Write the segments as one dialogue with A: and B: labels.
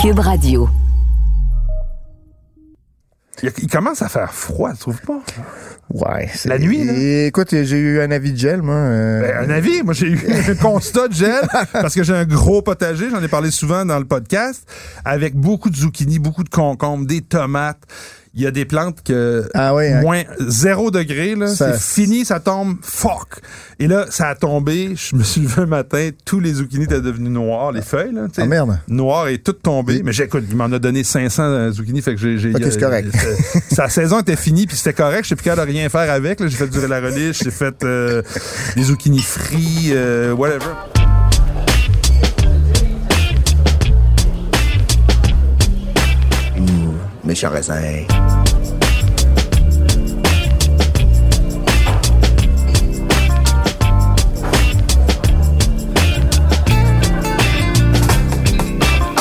A: Cube Radio.
B: Il, il commence à faire froid, trouve pas?
C: Ouais. c'est-
B: La nuit, là?
C: Et Écoute, j'ai eu un avis de gel, moi. euh,
B: Ben, un avis, moi j'ai eu un constat de gel parce que j'ai un gros potager, j'en ai parlé souvent dans le podcast, avec beaucoup de zucchini, beaucoup de concombres, des tomates. Il y a des plantes que
C: Ah oui, hein.
B: moins zéro degré, là,
C: Ça-
B: c'est fini, ça tombe, fuck. Et là, ça a tombé, je me suis levé un matin, tous les zucchini étaient devenus noirs, les feuilles, là, tu sais.
C: Ah, merde.
B: Noires et toutes tombées. Mais j'écoute, il m'en a donné 500 zucchini, fait que j'ai... j'ai-
C: Ok, c'est correct.
B: c'est- Sa saison était finie, puis c'était correct, j'ai plus capable de rien faire avec, là. j'ai fait durer la relish, j'ai fait euh, des zucchini frits, euh, whatever.
C: Méchant raisin.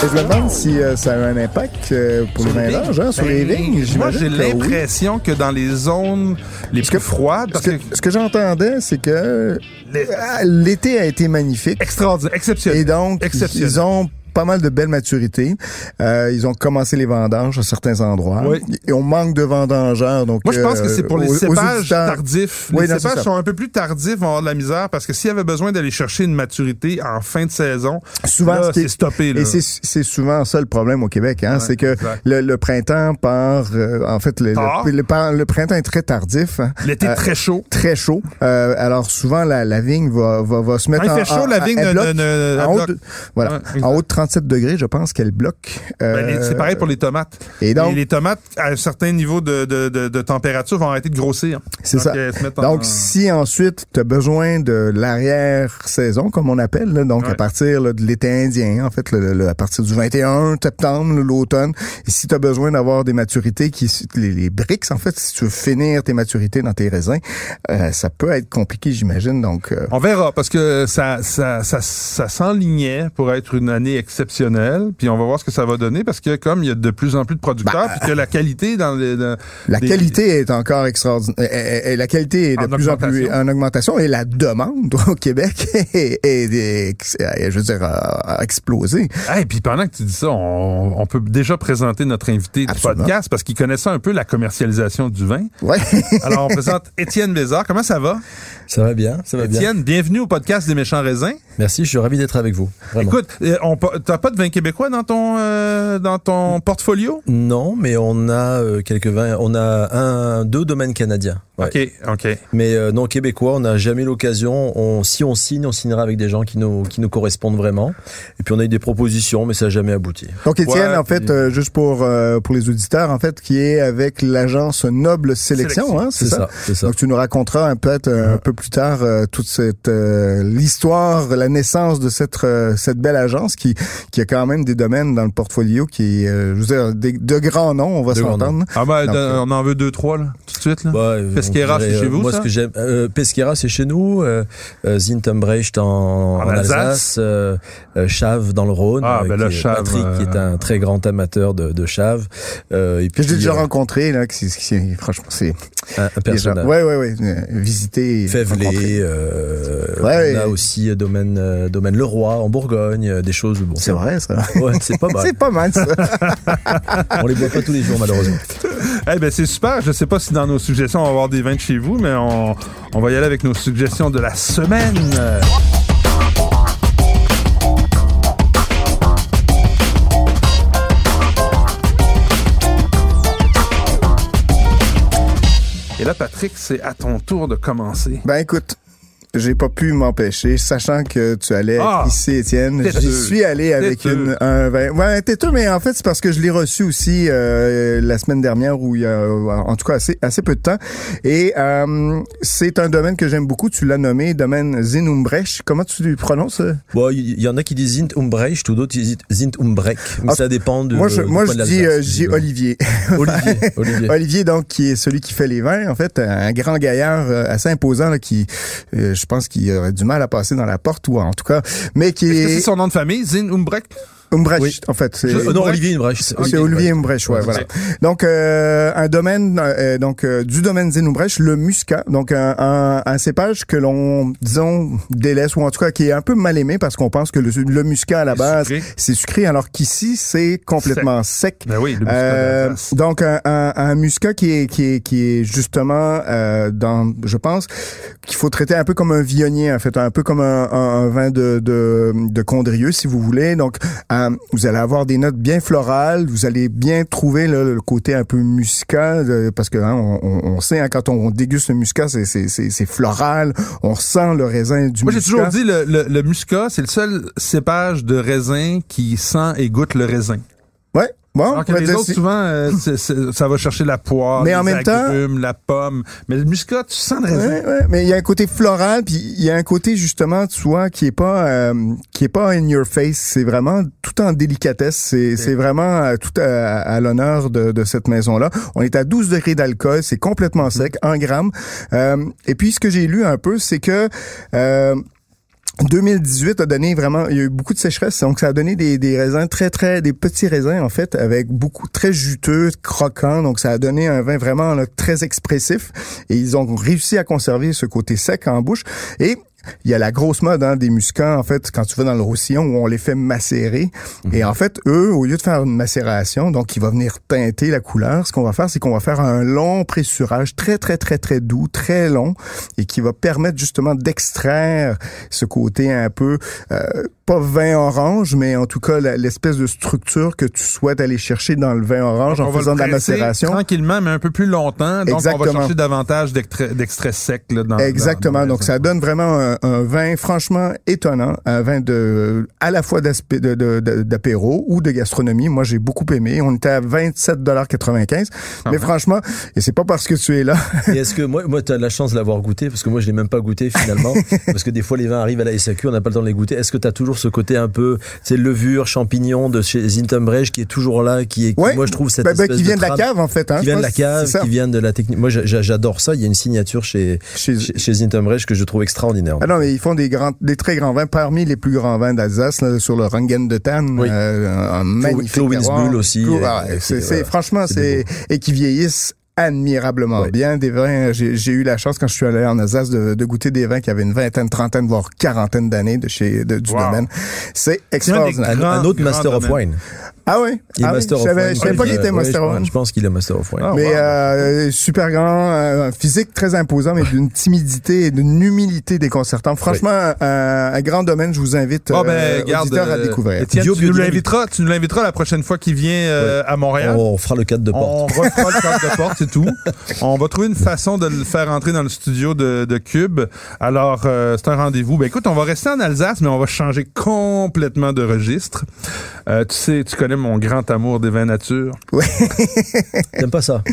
C: Et Je me demande si euh, ça a un impact euh, pour le mélange, hein, sur les vignes.
B: Ben, Moi,
C: j'imagine
B: j'ai
C: que oui.
B: l'impression que dans les zones les plus
C: que-
B: froides, parce
C: Ce
B: que,
C: que, ce que j'entendais, c'est que
B: les-
C: euh, l'été a été magnifique.
B: extraordinaire, exceptionnel.
C: Et donc,
B: Exceptionnel.
C: ils ont pas mal de belles maturités. Euh, ils ont commencé les vendanges à certains endroits.
B: Oui.
C: Et on manque de vendangeurs. Donc,
B: Moi, je pense
C: euh,
B: que c'est pour les
C: aux- aux
B: cépages
C: auditeurs-
B: tardifs.
C: Oui,
B: les
C: non, c'est
B: cépages
C: ça.
B: sont un peu plus tardifs, vont avoir de la misère parce que s'il y avait besoin d'aller chercher une maturité en fin de saison,
C: Souvent,
B: là,
C: ce qui est-
B: c'est stoppé. Là.
C: Et c'est c'est souvent ça le problème au Québec, hein, c'est que
B: exact.
C: le, le printemps part, euh, en fait, le,
B: Tard.
C: le, le par- le printemps est très tardif, hein,
B: L'été
C: Euh,
B: très chaud.
C: très chaud. Euh, alors souvent la, la vigne va, va, va se mettre
B: Quand
C: en
B: il fait chaud,
C: en-
B: la
C: en-
B: vigne
C: elle
B: ne-
C: bloque.
B: ne- ne-
C: en
B: elle
C: haut de,
B: bloque. Ouais,
C: voilà,
B: exact.
C: en haut de 37 degrés, je pense qu'elle bloque. Euh,
B: Ben, les- c'est pareil pour les tomates.
C: et donc-
B: les, les tomates, à un certain niveau de, de, de, de température, vont arrêter de grossir.
C: C'est
B: Donc,
C: ça.
B: elles se mettent en-
C: Donc, si ensuite tu as besoin de l'arrière-saison, comme on appelle, là, donc
B: Ouais.
C: à partir là, de l'été indien, en fait, le- le- à partir du 21 septembre, là, l'automne, et si tu as besoin d'avoir des maturités, qui les, les briques, en fait, si tu veux finir tes maturités dans tes raisins, euh, ça peut être compliqué, j'imagine. Donc, euh,
B: On verra, parce que ça, ça, ça, ça s'enlignait pour être une année exceptionnelle, puis on va voir ce que ça va donner, parce que comme il y a de plus en plus de producteurs,
C: Bah.
B: puis que la qualité dans les... dans-
C: la
B: des-
C: qualité est encore extraordinaire. euh, Et, et- et la qualité est de
B: En
C: plus en plus
B: augmentation.
C: en augmentation et la demande au Québec est, est- est- je veux dire, a a explosé.
B: Hey, puis pendant que tu dis ça, on, on peut déjà présenter notre invité du
C: Absolument.
B: podcast, parce qu'il connaissait un peu la commercialisation du vin.
C: Ouais.
B: Alors, on présente Étienne Bézard. Comment ça va?
D: Ça va bien, ça va Eh bien.
B: Étienne, bienvenue au podcast des méchants raisins.
D: Merci, je suis ravi d'être avec vous. vraiment.
B: Écoute, euh, on pa- t'as pas de vin québécois dans ton euh, dans
D: Mm.
B: ton portfolio
D: non, mais on a euh, quelques vins, on a un, deux domaines canadiens. Ouais.
B: Ok, ok.
D: Mais euh, non québécois, on n'a jamais eu l'occasion. On, si on signe, on signera avec des gens qui nous qui nous correspondent vraiment. Et puis on a eu des propositions, mais ça n'a jamais abouti.
C: Donc Étienne,
B: Ouais,
C: en fait,
B: puis-
C: euh, juste pour euh, pour les auditeurs, en fait, qui est avec l'agence Noble Sélection,
B: Sélection.
C: hein, c'est ça?
D: c'est ça.
C: Donc tu nous raconteras un peu un peu plus tard euh, toute cette euh, l'histoire, la naissance de cette euh, cette belle agence qui qui a quand même des domaines dans le portfolio qui euh, je veux dire des- de grands noms, on va
D: De grands
C: s'entendre.
B: Ah ben,
C: Donc, euh,
B: on en veut deux trois là, tout de suite là.
D: Bah, euh,
B: Pesquera,
D: on dirait,
B: c'est chez
D: euh,
B: vous,
D: Moi,
B: ça
D: ce que j'aime, euh, Pesquera, c'est chez nous. Euh, euh, Zintenbrecht en, en,
B: Alsace.
D: Alsace. euh, euh, Chave dans le Rhône. euh,
B: Ah, ben
D: qui
B: là,
D: est-
B: Chave,
D: Patrick, qui est
B: euh,
D: un très grand amateur de, de Chave. Euh, et
C: Que
D: puis,
C: j'ai déjà
D: euh,
C: rencontré là, qui, qui- qui- franchement c'est
D: un, Euh, un
C: des gens-
D: personnage.
C: ouais ouais ouais, euh, visiter, et rencontrer.
D: Fèvelé, euh,
C: Ouais.
D: on a aussi euh, domaine, euh, domaine Leroy en Bourgogne, euh, des choses. Bon,
C: C'est vrai ça.
D: Ouais, c'est pas mal.
C: C'est pas mal ça.
D: On les voit pas tous les jours, malheureusement.
B: Eh ben c'est super. Je sais pas si dans nos suggestions on va avoir des vins de chez vous, mais on, on va y aller avec nos suggestions de la semaine. Et là, Patrick, c'est à ton tour de commencer.
C: Ben écoute, j'ai pas pu m'empêcher, sachant que tu allais être
B: Ah!
C: ici, Étienne.
B: Têteux.
C: J'y suis allé avec
B: Têteux.
C: une, un vin. Ouais, têteux, mais en fait, c'est parce que je l'ai reçu aussi euh, la semaine dernière, ou il y a, euh, en tout cas, assez, assez peu de temps. Et euh, c'est un domaine que j'aime beaucoup. Tu l'as nommé domaine Zinumbrecht. Comment tu le prononces? euh?
D: Bon, il y, y en a qui disent Zint Umbrecht, ou d'autres qui disent Zint Umbrek. Mais
C: Ah,
D: ça dépend de.
C: moi, je,
D: du
C: moi,
D: coin
C: je
D: de
C: dis,
D: l'Alsace,
C: euh, je dis
D: visiblement.
C: Olivier.
D: Olivier. Olivier.
C: Olivier, donc, qui est celui qui fait les vins, en fait, un grand gaillard euh, assez imposant, là, qui, euh, je pense qu'il aurait du mal à passer dans la porte, ou en tout cas, mais qui
B: Est-ce que
C: est...
B: c'est son nom de famille, Zin Umbrecht?
C: Umbrech,
D: Oui.
C: en fait. C'est
D: Je- euh, non, Olivier Imbrecht.
C: c'est Olivier Umbrech, ouais,
D: Ouais,
C: voilà.
D: c'est
C: Donc euh, un domaine, euh, donc euh, du domaine Zine Umbrech, le muscat, donc un, un, un cépage que l'on disons délaisse ou en tout cas qui est un peu mal aimé parce qu'on pense que le, le muscat à la
B: C'est
C: base
B: sucré.
C: Ah bah, c'est sucré, alors qu'ici c'est complètement sec.
B: Ben oui, le muscat de la
C: Euh,
B: place.
C: donc un, un, un muscat qui est qui est qui est justement euh, dans je pense qu'il faut traiter un peu comme un vionnier en fait un peu comme un, un- un vin de, de de Condrieu si vous voulez donc euh, vous allez avoir des notes bien florales vous allez bien trouver là, le côté un peu muscat euh, parce que hein, on, on- on sait hein, quand on, déguste le muscat c'est c'est c'est c'est floral on sent le raisin du
B: Moi, j'ai
C: muscat.
B: toujours dit le, le, le muscat, c'est le seul cépage de raisin qui sent et goûte le raisin.
C: ouais bon
B: Alors que
C: on va
B: les
C: dire
B: autres,
C: si-
B: souvent, euh, c'est- c'est- ça va chercher la poire,
C: Mais
B: les
C: en même temps-
B: agrumes, la pomme. Mais le muscat, tu sens le raisin.
C: Ouais, ouais, mais il y a un côté floral, puis il y a un côté justement, tu vois, qui est pas, euh, qui est pas in your face. C'est vraiment tout en délicatesse. C'est, c'est vraiment euh, tout à, à l'honneur de, de cette maison-là. On est à 12 degrés d'alcool. C'est complètement sec, 1 gramme. Euh, et puis ce que j'ai lu un peu, c'est que euh, 2018 a donné vraiment, il y a eu beaucoup de sécheresse, donc ça a donné des, des raisins très très, des petits raisins en fait, avec beaucoup très juteux, croquants, donc ça a donné un vin vraiment là, très expressif. Et ils ont réussi à conserver ce côté sec en bouche. Et il y a la grosse mode hein, des muscats, en fait, quand tu vas dans le Roussillon, où on les fait macérer.
B: Mhm.
C: Et en fait, eux, au lieu de faire une macération, donc qui va venir teinter la couleur, ce qu'on va faire, c'est qu'on va faire un long pressurage très, très, très, très doux, très long, et qui va permettre justement d'extraire ce côté un peu, euh, pas vin orange, mais en tout cas la- l'espèce de structure que tu souhaites aller chercher dans le vin orange en
B: On va
C: faisant
B: le
C: de la
B: presser
C: macération.
B: Tranquillement, mais un peu plus longtemps. Donc, on va
C: Exactement.
B: chercher davantage d'extra- d'extraits secs. Là,
D: Ah,
B: dans,
D: ben,
C: Exactement.
B: dans- dans le
C: Donc, ça
B: raisin.
C: donne vraiment un, un vin franchement étonnant, un vin de à la fois d'aspect- de- de- de- d'apéro ou de gastronomie. Moi, j'ai beaucoup aimé. On était à 27,95
D: Ah
C: Mais franchement, et c'est pas parce que tu es là.
D: Et est-ce que moi, moi tu as de la chance de l'avoir goûté Parce que moi, je l'ai même pas goûté finalement. parce que des fois, les vins arrivent à la SAQ, on n'a pas le temps de les goûter. Est-ce que tu as toujours ce côté un peu, c'est levure, champignon de chez Zintenbrecht qui est toujours là, qui est, qui,
C: Ouais.
D: moi, je trouve cette
C: Ben, ben,
D: espèce
C: qui vient de, la
D: trame
C: cave, en fait. Hein,
D: Qui
C: Je
D: vient de la
C: pense que
D: cave,
C: c'est ça.
D: qui vient de la technique. Moi, j'a- j'a- j'adore ça. Il y a une signature chez,
C: Chez-
D: chez, chez Zintenbrecht que je trouve extraordinaire.
C: Ah non, mais ils font des grands, des très grands vins, parmi les plus grands vins d'Alsace, là, sur le Rangen de Tannes,
D: Oui.
C: euh, un magnifique
D: Clos
C: terroir.
D: Winsbüll aussi,
C: Clos-
D: euh,
C: ah,
D: qui-
C: c'est, c'est-
D: voilà.
C: franchement,
D: C'est des
C: c'est, et qui vieillissent admirablement
D: Ouais.
C: bien des vins. J'ai, j'ai eu la chance quand je suis allé en Alsace de, de goûter des vins qui avaient une vingtaine, trentaine, voire quarantaine d'années de chez de- du
B: Wow.
C: domaine. C'est
B: C'est
C: extraordinaire.
D: Un,
B: Grand,
D: un autre
B: grand
D: Master of
B: domaine.
D: Wine.
C: Ah oui,
D: Il est
C: ah oui,
D: Master
C: je
D: of
C: savais,
D: Wine.
C: je savais pas qu'il était
D: Ouais,
C: Master
D: je
C: of
D: pense-
C: Wine.
D: Je pense qu'il est Master of Wine.
B: Ah,
C: Mais
B: wow.
C: euh, super grand, euh, physique très imposant, mais d'une timidité et d'une humilité déconcertante. Franchement, euh, un grand domaine, je vous invite
B: Ah,
C: euh,
B: ben, garde,
C: auditeurs à
B: euh,
C: découvrir.
B: Étienne,
D: Bio
B: tu nous
D: biodynamique.
B: l'inviteras, tu nous l'inviteras la prochaine fois qu'il vient euh, à Montréal.
D: Oh, On fera le
C: Oh.
D: cadre de porte.
B: On refera le cadre de porte, c'est tout. On va trouver une façon de le faire entrer dans le studio de, de Cube. Alors, euh, c'est un rendez-vous. Ben écoute, on va rester en Alsace, mais on va changer complètement de registre. Euh, tu sais, tu connais mon grand amour des vins nature.
D: T'aimes pas ça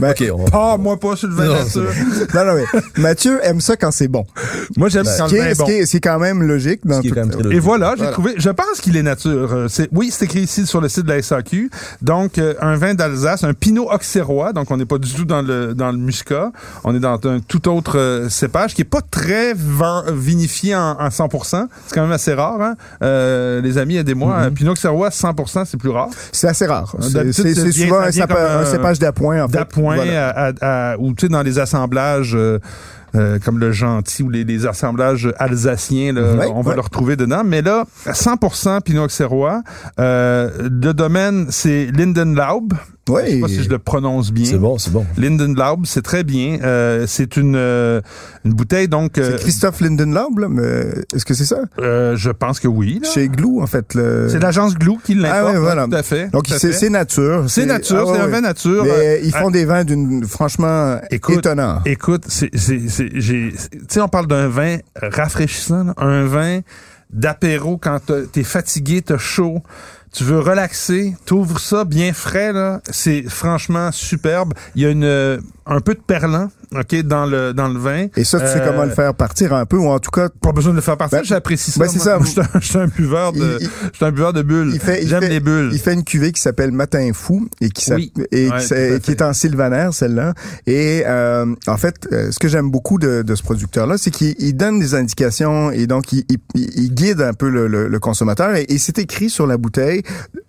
C: Ben,
D: Ok, on va-
B: Pas moi pas sur le vin
D: Non,
B: nature.
C: non, non, mais Mathieu aime ça quand c'est bon.
B: Moi, j'aime
C: Ce
B: quand
C: qui
B: le
C: est,
B: vin est
C: ce
B: bon.
C: qui est- ce qui est quand même logique. Dans
D: Ce qui est
C: tout-
D: quand même très
B: Et
D: logique.
B: voilà, j'ai
C: Voilà.
B: trouvé. Je pense qu'il est nature. Euh, C'est oui, c'est écrit ici sur le site de la SAQ. Donc euh, un vin d'Alsace, un Pinot auxerrois. Donc on n'est pas du tout dans le dans le Muscat. On est dans un tout autre euh, cépage qui est pas très vin- vinifié en, en 100%. C'est quand même assez rare. Hein? Euh, les amis, aidez-moi. Un Pinot auxerrois 100%, c'est plus rare.
C: C'est assez rare. C'est-
B: Ah, D'habitude,
C: C'est
B: ça
C: c'est
B: vient-
C: souvent
B: ça
C: un,
B: vient
C: sapa-
B: comme
C: un
B: un-
C: cépage d'appoint. en fait.
B: D'appoint euh,
C: Voilà.
B: à- à- ou tu sais dans les assemblages. euh, euh, comme le gentil ou les, les assemblages alsaciens, là,
C: Ouais,
B: on va
C: ouais.
B: le retrouver dedans. Mais là, 100% Pinot Auxerrois. Euh, le domaine, c'est Lindenlaub.
C: Oui.
B: Je sais pas si je le prononce bien.
D: C'est bon, c'est bon.
B: Lindenlaub, c'est très bien. Euh, c'est une, euh, une bouteille, donc... euh,
C: C'est Christophe Lindenlaub, là, mais est-ce que c'est ça?
B: euh, je pense que oui. là.
C: Chez Glou, en fait. le-
B: C'est l'agence Glou qui l'importe.
C: euh, Ah ouais,
B: là,
C: voilà.
B: Tout à fait.
C: Donc,
B: tout à
C: c'est
B: fait.
C: c'est nature.
B: C'est nature,
C: ah, ouais,
B: c'est un
C: ouais.
B: vin nature. Euh,
C: Mais ils font des vins d'une, franchement,
B: Écoute,
C: étonnant.
B: Écoute, c'est, c'est, c'est- j'ai, c'est- tu sais, on parle d'un vin rafraîchissant, là, un vin d'apéro quand t'as- t'es fatigué, t'as chaud, tu veux relaxer, t'ouvres ça bien frais là, c'est franchement superbe. Il y a une un peu de perlant, ok, dans le dans le vin.
C: Et ça, tu sais
B: Euh,
C: comment le faire partir un peu, ou en tout cas,
B: Pas besoin de le faire partir.
C: Ben,
B: J'apprécie ça.
C: ben, c'est
B: moi.
C: ça.
B: Moi, Je suis un- je suis un buveur de,
C: Il- il-
B: je suis un buveur de bulles.
C: il fait- il
B: J'aime
C: fait-
B: les bulles.
C: il fait une cuvée qui s'appelle Matin Fou et qui, s'app-
B: Oui.
C: et
B: Ouais,
C: qui,
B: tout à
C: s'a-
B: fait.
C: qui est en sylvanaire, celle-là. Et euh, en fait, euh, ce que j'aime beaucoup de, de ce producteur-là, c'est qu'il il donne des indications et donc il, il- il guide un peu le, le- le consommateur. Et, et c'est écrit sur la bouteille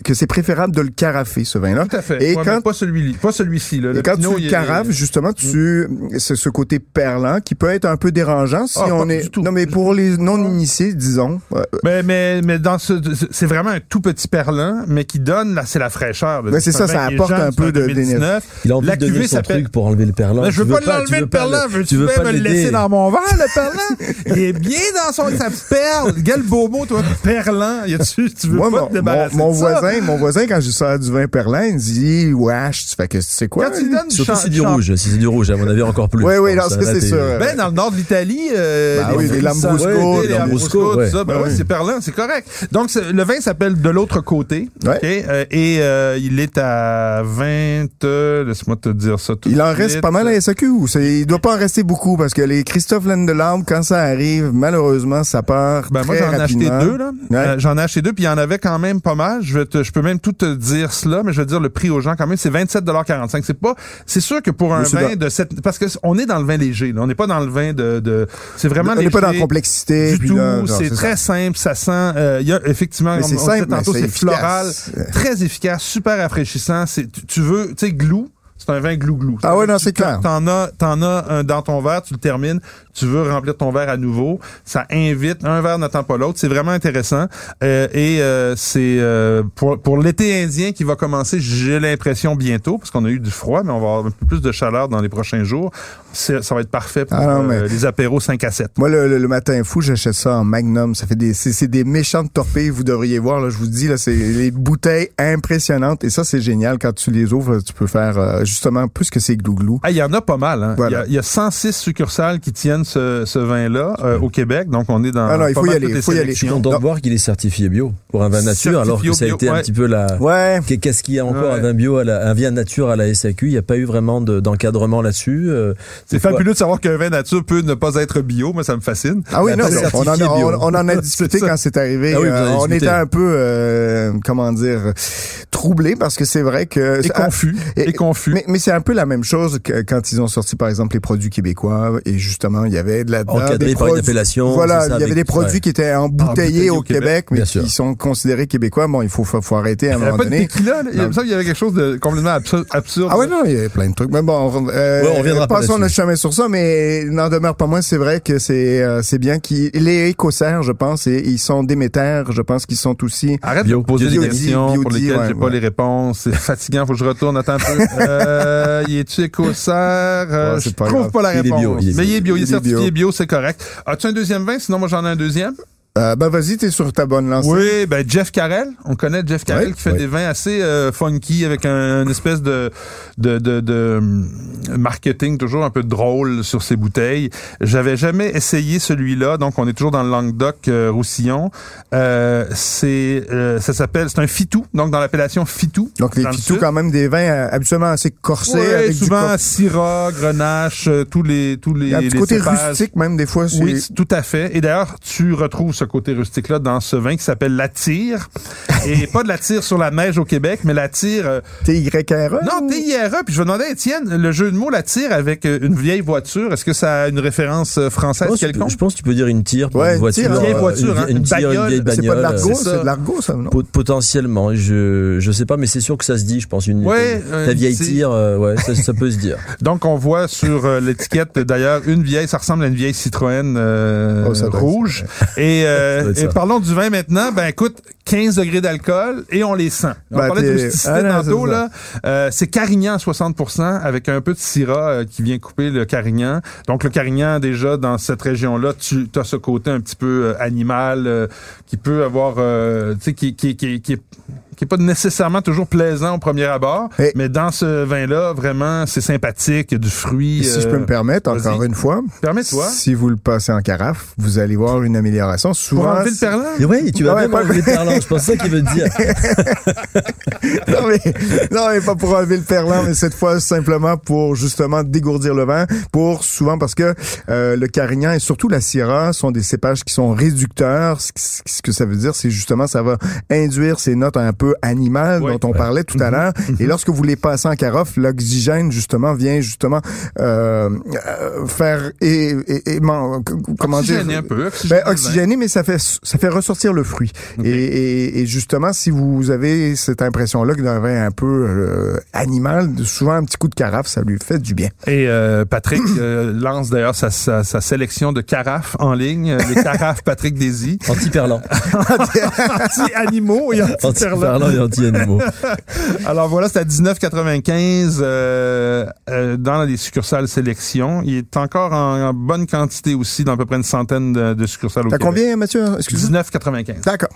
C: que c'est préférable de le carafer, ce vin-là.
B: Tout à fait.
C: Et
B: Ouais,
C: quand-
B: mais pas celui-là, pas celui-ci là.
C: Et quand
B: Pinot,
C: tu
B: il
C: le
B: est- Mm.
C: carafes, justement, tu c'est ce côté perlant qui peut être un peu dérangeant si
B: Ah,
C: on
B: pas
C: est
B: du tout.
C: non mais pour les non initiés, disons, euh,
B: Mais, mais, mais dans ce, c'est vraiment un tout petit perlant, mais qui donne, là, c'est la fraîcheur.
C: Ouais, c'est ça,
B: un
C: ça
B: vin qui est
C: apporte
B: jeune,
C: un
B: c'est
C: peu de-
B: 2019.
D: Il a envie
B: La
D: de donner
B: cuvée
D: son
B: s'appelle-
D: truc pour enlever le perlant.
B: Mais je
D: Tu
B: veux pas
D: tu
B: l'enlever
D: veux
B: le
D: pas
B: perlant, veux-tu
D: tu veux
B: bien
D: pas
B: me le
D: l'aider.
B: laisser dans mon verre, le perlant? Il est bien dans son, sa petite perle. Quel beau mot, toi, perlant. Y a-tu, tu veux
C: Moi,
B: pas
C: mon,
B: te débarrasser
C: mon- mon
B: de ça?
C: voisin, mon voisin, quand je sors du vin perlin, il dit, wesh, tu fais que c'est quoi?
B: Quand il
C: lui?
B: donne du
D: Surtout
B: champ-
D: si c'est du
B: champ-
D: rouge, si c'est du rouge, à mon avis encore plus.
C: Oui, oui,
D: Je
C: non,
D: pense,
C: ça,
D: là,
C: c'est
D: t'es-
C: sûr.
B: Ben, dans le nord de l'Italie, euh,
C: Bah oui, des
B: fruits
C: Lambrusco,
B: santés,
D: des
B: des
D: Lambrusco,
B: Lambrusco,
D: ouais.
B: tout ça. Ben
C: Bah
B: ouais,
C: oui.
B: c'est parlant, c'est correct. Donc, c'est- le vin s'appelle De l'autre côté.
C: Ouais.
B: OK? Euh, et euh, il est à 20... euh, Laisse-moi te dire ça tout
C: Il en
B: de
C: reste
B: suite.
C: pas mal à SAQ. ou c'est- Il doit pas en rester beaucoup parce que les Christophe Landelarme, quand ça arrive, malheureusement, ça part
B: Ben, moi,
C: très
B: j'en ai acheté
C: rapidement.
B: deux, là.
C: Ouais.
B: Euh, j'en ai acheté deux, puis il y en avait quand même pas mal. Je, vais te- je peux même tout te dire cela, mais je vais dire le prix aux gens quand même. C'est 27,45 C'est pas, c'est sûr que pour un
C: Mais c'est
B: vin
C: dans-
B: de cette, parce que c- on est dans le vin léger, là. On n'est pas dans le vin de, de, c'est vraiment
C: On n'est pas dans la
B: léger.
C: complexité.
B: du
C: puis
B: tout,
C: là, genre,
B: c'est
C: ça.
B: très simple, ça sent, euh, il y a effectivement,
C: Mais
B: on,
C: c'est
B: on
C: simple,
B: disait tantôt,
C: mais c'est
B: c'est floral,
C: efficace.
B: très efficace, super rafraîchissant, c'est, tu, tu veux, tu sais, glou, c'est un vin glou-glou.
C: Ah ouais, non, c'est
B: Tu-
C: clair.
B: T'en as, t'en as un dans ton verre, tu le termines, tu veux remplir ton verre à nouveau, ça invite, un verre n'attend pas l'autre, c'est vraiment intéressant, Euh, et euh, c'est euh, pour, pour l'été indien qui va commencer, j'ai l'impression bientôt, parce qu'on a eu du froid, mais on va avoir un peu plus de chaleur dans les prochains jours, C'est- ça va être parfait pour
C: Ah non,
B: euh,
C: mais-
B: les apéros 5 à 7.
C: Moi, le, le- le matin fou, j'achète ça en magnum. Ça fait des, c'est, c'est des méchantes torpilles, vous devriez voir, là, je vous dis, là, c'est les bouteilles impressionnantes. Et ça, c'est génial. Quand tu les ouvres, tu peux faire, euh, justement, plus que c'est glouglou.
B: Ah, Il y en a pas mal. hein. Il
C: Voilà.
B: y a- il y, a 106 succursales qui tiennent ce, ce vin-là euh, au Québec. Donc, on est dans.
C: Ah non, il
B: pas
C: faut y
B: mal
C: aller,
B: toutes les
C: il faut y aller.
D: Je suis
B: sélections.
D: content de
C: Non.
D: voir qu'il est certifié bio pour un vin nature,
B: Certifié
D: alors que ça a
B: bio,
D: été un
B: ouais.
D: petit peu la.
C: Ouais.
D: Qu'est- Qu'est-ce qu'il y a encore
B: Ouais.
D: un vin bio, à la, un vin nature à la SAQ Il n'y a pas eu vraiment de- d'encadrement là-dessus. euh,
B: C'est
D: des fois-
B: fabuleux de savoir qu'un vin nature peut ne pas être bio. Moi, ça me fascine.
C: Ah oui,
D: Mais
C: non,
D: après,
C: non, on, en a,
D: certifié bio.
C: on- on en a discuté
B: C'est ça.
C: quand c'est arrivé.
D: Ah oui, vous en avez
C: Euh, on
D: discuté.
C: était un peu, euh, comment dire, troublé parce que c'est vrai que...
B: Et confus.
C: et-
B: Et, confus.
C: Mais, mais c'est un peu la même chose que quand ils ont sorti, par exemple, les produits québécois. Et justement, il y avait de la
D: Encadré
C: des
D: par une
C: produits-
D: appellation.
C: Voilà,
D: c'est ça,
C: il y avait
D: avec-
C: des produits
D: ouais.
C: qui étaient embouteillés
B: Embouteillés
C: au
B: au Québec,
C: Québec, mais
D: bien
C: qui
D: sûr.
C: sont considérés québécois. Bon, il faut, faut, faut arrêter à un
B: il n'y
C: moment
B: avait Euh, pas de
C: donné.
B: tequila. là. Il
C: Non.
B: me semble qu'il y avait quelque chose de complètement absur- absurde.
C: Ah ouais, non, il y a plein de trucs. Mais bon, euh,
D: Ouais, on reviendra pas
C: passons
D: là-dessus.
C: notre chemin sur ça, mais n'en demeure pas moins, c'est vrai que c'est euh, c'est bien qu'ils... Les écossaires, je pense, et ils sont déméters, je pense qu'ils sont aussi...
B: Arrête
D: Bio-
B: de me poser
C: Biodie,
B: des questions pour
C: biodie,
B: lesquelles
C: ouais,
B: j'ai pas
C: ouais.
B: les réponses. C'est fatigant. Faut que je retourne. Attends un peu. Euh, il est-tu écossaire? Euh,
C: Ouais,
B: je
C: Ah, c'est pas
B: trouve
C: grave.
B: pas la
D: Il est bio,
B: réponse.
D: il est
B: Mais il est bio. Il est
C: il est bio.
B: certifié bio. C'est correct. As-tu un deuxième vin? Sinon, moi, j'en ai un deuxième.
C: Euh, ben vas-y, t'es sur ta bonne lancée.
B: Oui, ben Jeff Carrel, on connaît Jeff Carrel
D: Ouais,
B: qui fait
D: ouais.
B: des vins assez euh, funky avec un, une espèce de de, de de hum, marketing toujours un peu drôle sur ses bouteilles. J'avais jamais essayé celui-là, donc on est toujours dans le Languedoc euh, Roussillon. Euh, c'est euh, ça s'appelle c'est un fitou, donc dans l'appellation fitou.
C: Donc les
B: Dans le
C: pitous,
B: sud.
C: quand même, des vins euh, habituellement assez corsés,
B: Ouais,
C: avec du
B: souvent
C: cor-
B: Syrah, Grenache, euh, tous les tous les,
C: un petit
B: les
C: côté
B: cépages.
C: rustique même, des fois. c'est-
B: Oui, c'est- tout à fait. Et d'ailleurs, tu retrouves ce côté rustique-là dans ce vin qui s'appelle la tire. Et pas de la tire sur la neige au Québec, mais la tire... euh,
C: T-Y-R-E.
B: non, TIRE. E, Puis je me demandais, Étienne, le jeu de mots, la tire avec euh, une vieille voiture, est-ce que ça a une référence euh,
D: Je
B: française
D: pense, que tu peux-
B: quelconque?
D: je pense que tu peux dire une tire, pour
C: Ouais,
D: une
C: une
D: voiture,
C: tire,
D: euh,
C: une vieille
B: voiture, hein,
D: une,
B: une
D: tire, une
B: bagnole.
D: vieille
C: C'est
D: bagnole.
C: pas de
D: euh,
C: l'argot,
B: c'est ça.
C: c'est de l'argot, ça, non?
D: pot- Potentiellement, je je sais pas, mais c'est sûr que ça se dit. Je pense une
B: Ouais,
D: une-
B: euh,
D: ta vieille
B: c'est-
D: tire, euh, ouais, ça, ça peut se dire.
B: Donc, on voit sur euh, l'étiquette, d'ailleurs, une vieille, ça ressemble à une vieille Citroën euh,
C: Oh, ça doit être
B: rouge. Et, euh,
D: Ça doit être
B: et
D: ça.
B: parlons du vin maintenant. Ben, écoute, 15 degrés d'alcool et on les sent. On
C: Ben,
B: parlait de
C: t'es-
B: rusticité
C: Ah, non,
B: tantôt,
C: c'est ça.
B: là. Euh, c'est Carignan à 60 avec un peu de Syrah euh, qui vient couper le Carignan. Donc, le Carignan, déjà, dans cette région-là, tu as ce côté un petit peu euh, animal euh, qui peut avoir... euh, tu sais, qui, qui, qui, qui est qui est pas nécessairement toujours plaisant au premier abord,
C: Et-
B: mais dans ce vin-là, vraiment, c'est sympathique, il y a du fruit.
C: Et si je
B: euh,
C: peux me permettre,
B: vas-y.
C: encore une fois,
B: Permets-toi.
C: si vous le passez en carafe, vous allez voir une amélioration.
B: Pour
C: Souvent,
B: enlever le
C: c'est-
B: perlant?
D: Et ouais, tu vas
C: Ouais,
D: bien
C: pas-
D: enlever le perlant, je pense que c'est ça qu'il veut dire.
C: non, mais, non, mais pas pour enlever le perlant, mais cette fois simplement pour justement dégourdir le vin, pour souvent parce que euh, le carignan et surtout la syrah sont des cépages qui sont réducteurs. Ce, qui- ce que ça veut dire, c'est justement ça va induire ces notes un peu animales
B: Ouais. Mm-hmm.
C: dont on parlait tout à l'heure. Et lorsque vous les passez en carafe, l'oxygène justement vient justement euh, euh, faire et, et- et- man- comment
B: Oxygéné
C: dire
B: un peu.
C: ben,
B: oxygéné le vin.
C: oxygéné, mais ça fait ça fait ressortir le fruit. Et, et, et justement, si vous avez cette impression-là que d'un vin un peu euh, animal, souvent un petit coup de carafe, ça lui fait du bien.
B: Et euh, Patrick euh, lance d'ailleurs sa, sa- sa sélection de carafes en ligne, euh, les carafes Patrick Désy.
D: Anti-perlant.
B: Petits animaux et anti-perlants.
D: Anti-perlant et anti-animaux.
B: Alors voilà, c'est à 19,95 euh, euh, dans les succursales sélection. Il est encore en, en bonne quantité aussi, dans à peu près une centaine de, de succursales au
C: T'as
B: Québec.
C: combien, Mathieu? Excuse-moi.
B: 19,95.
C: D'accord.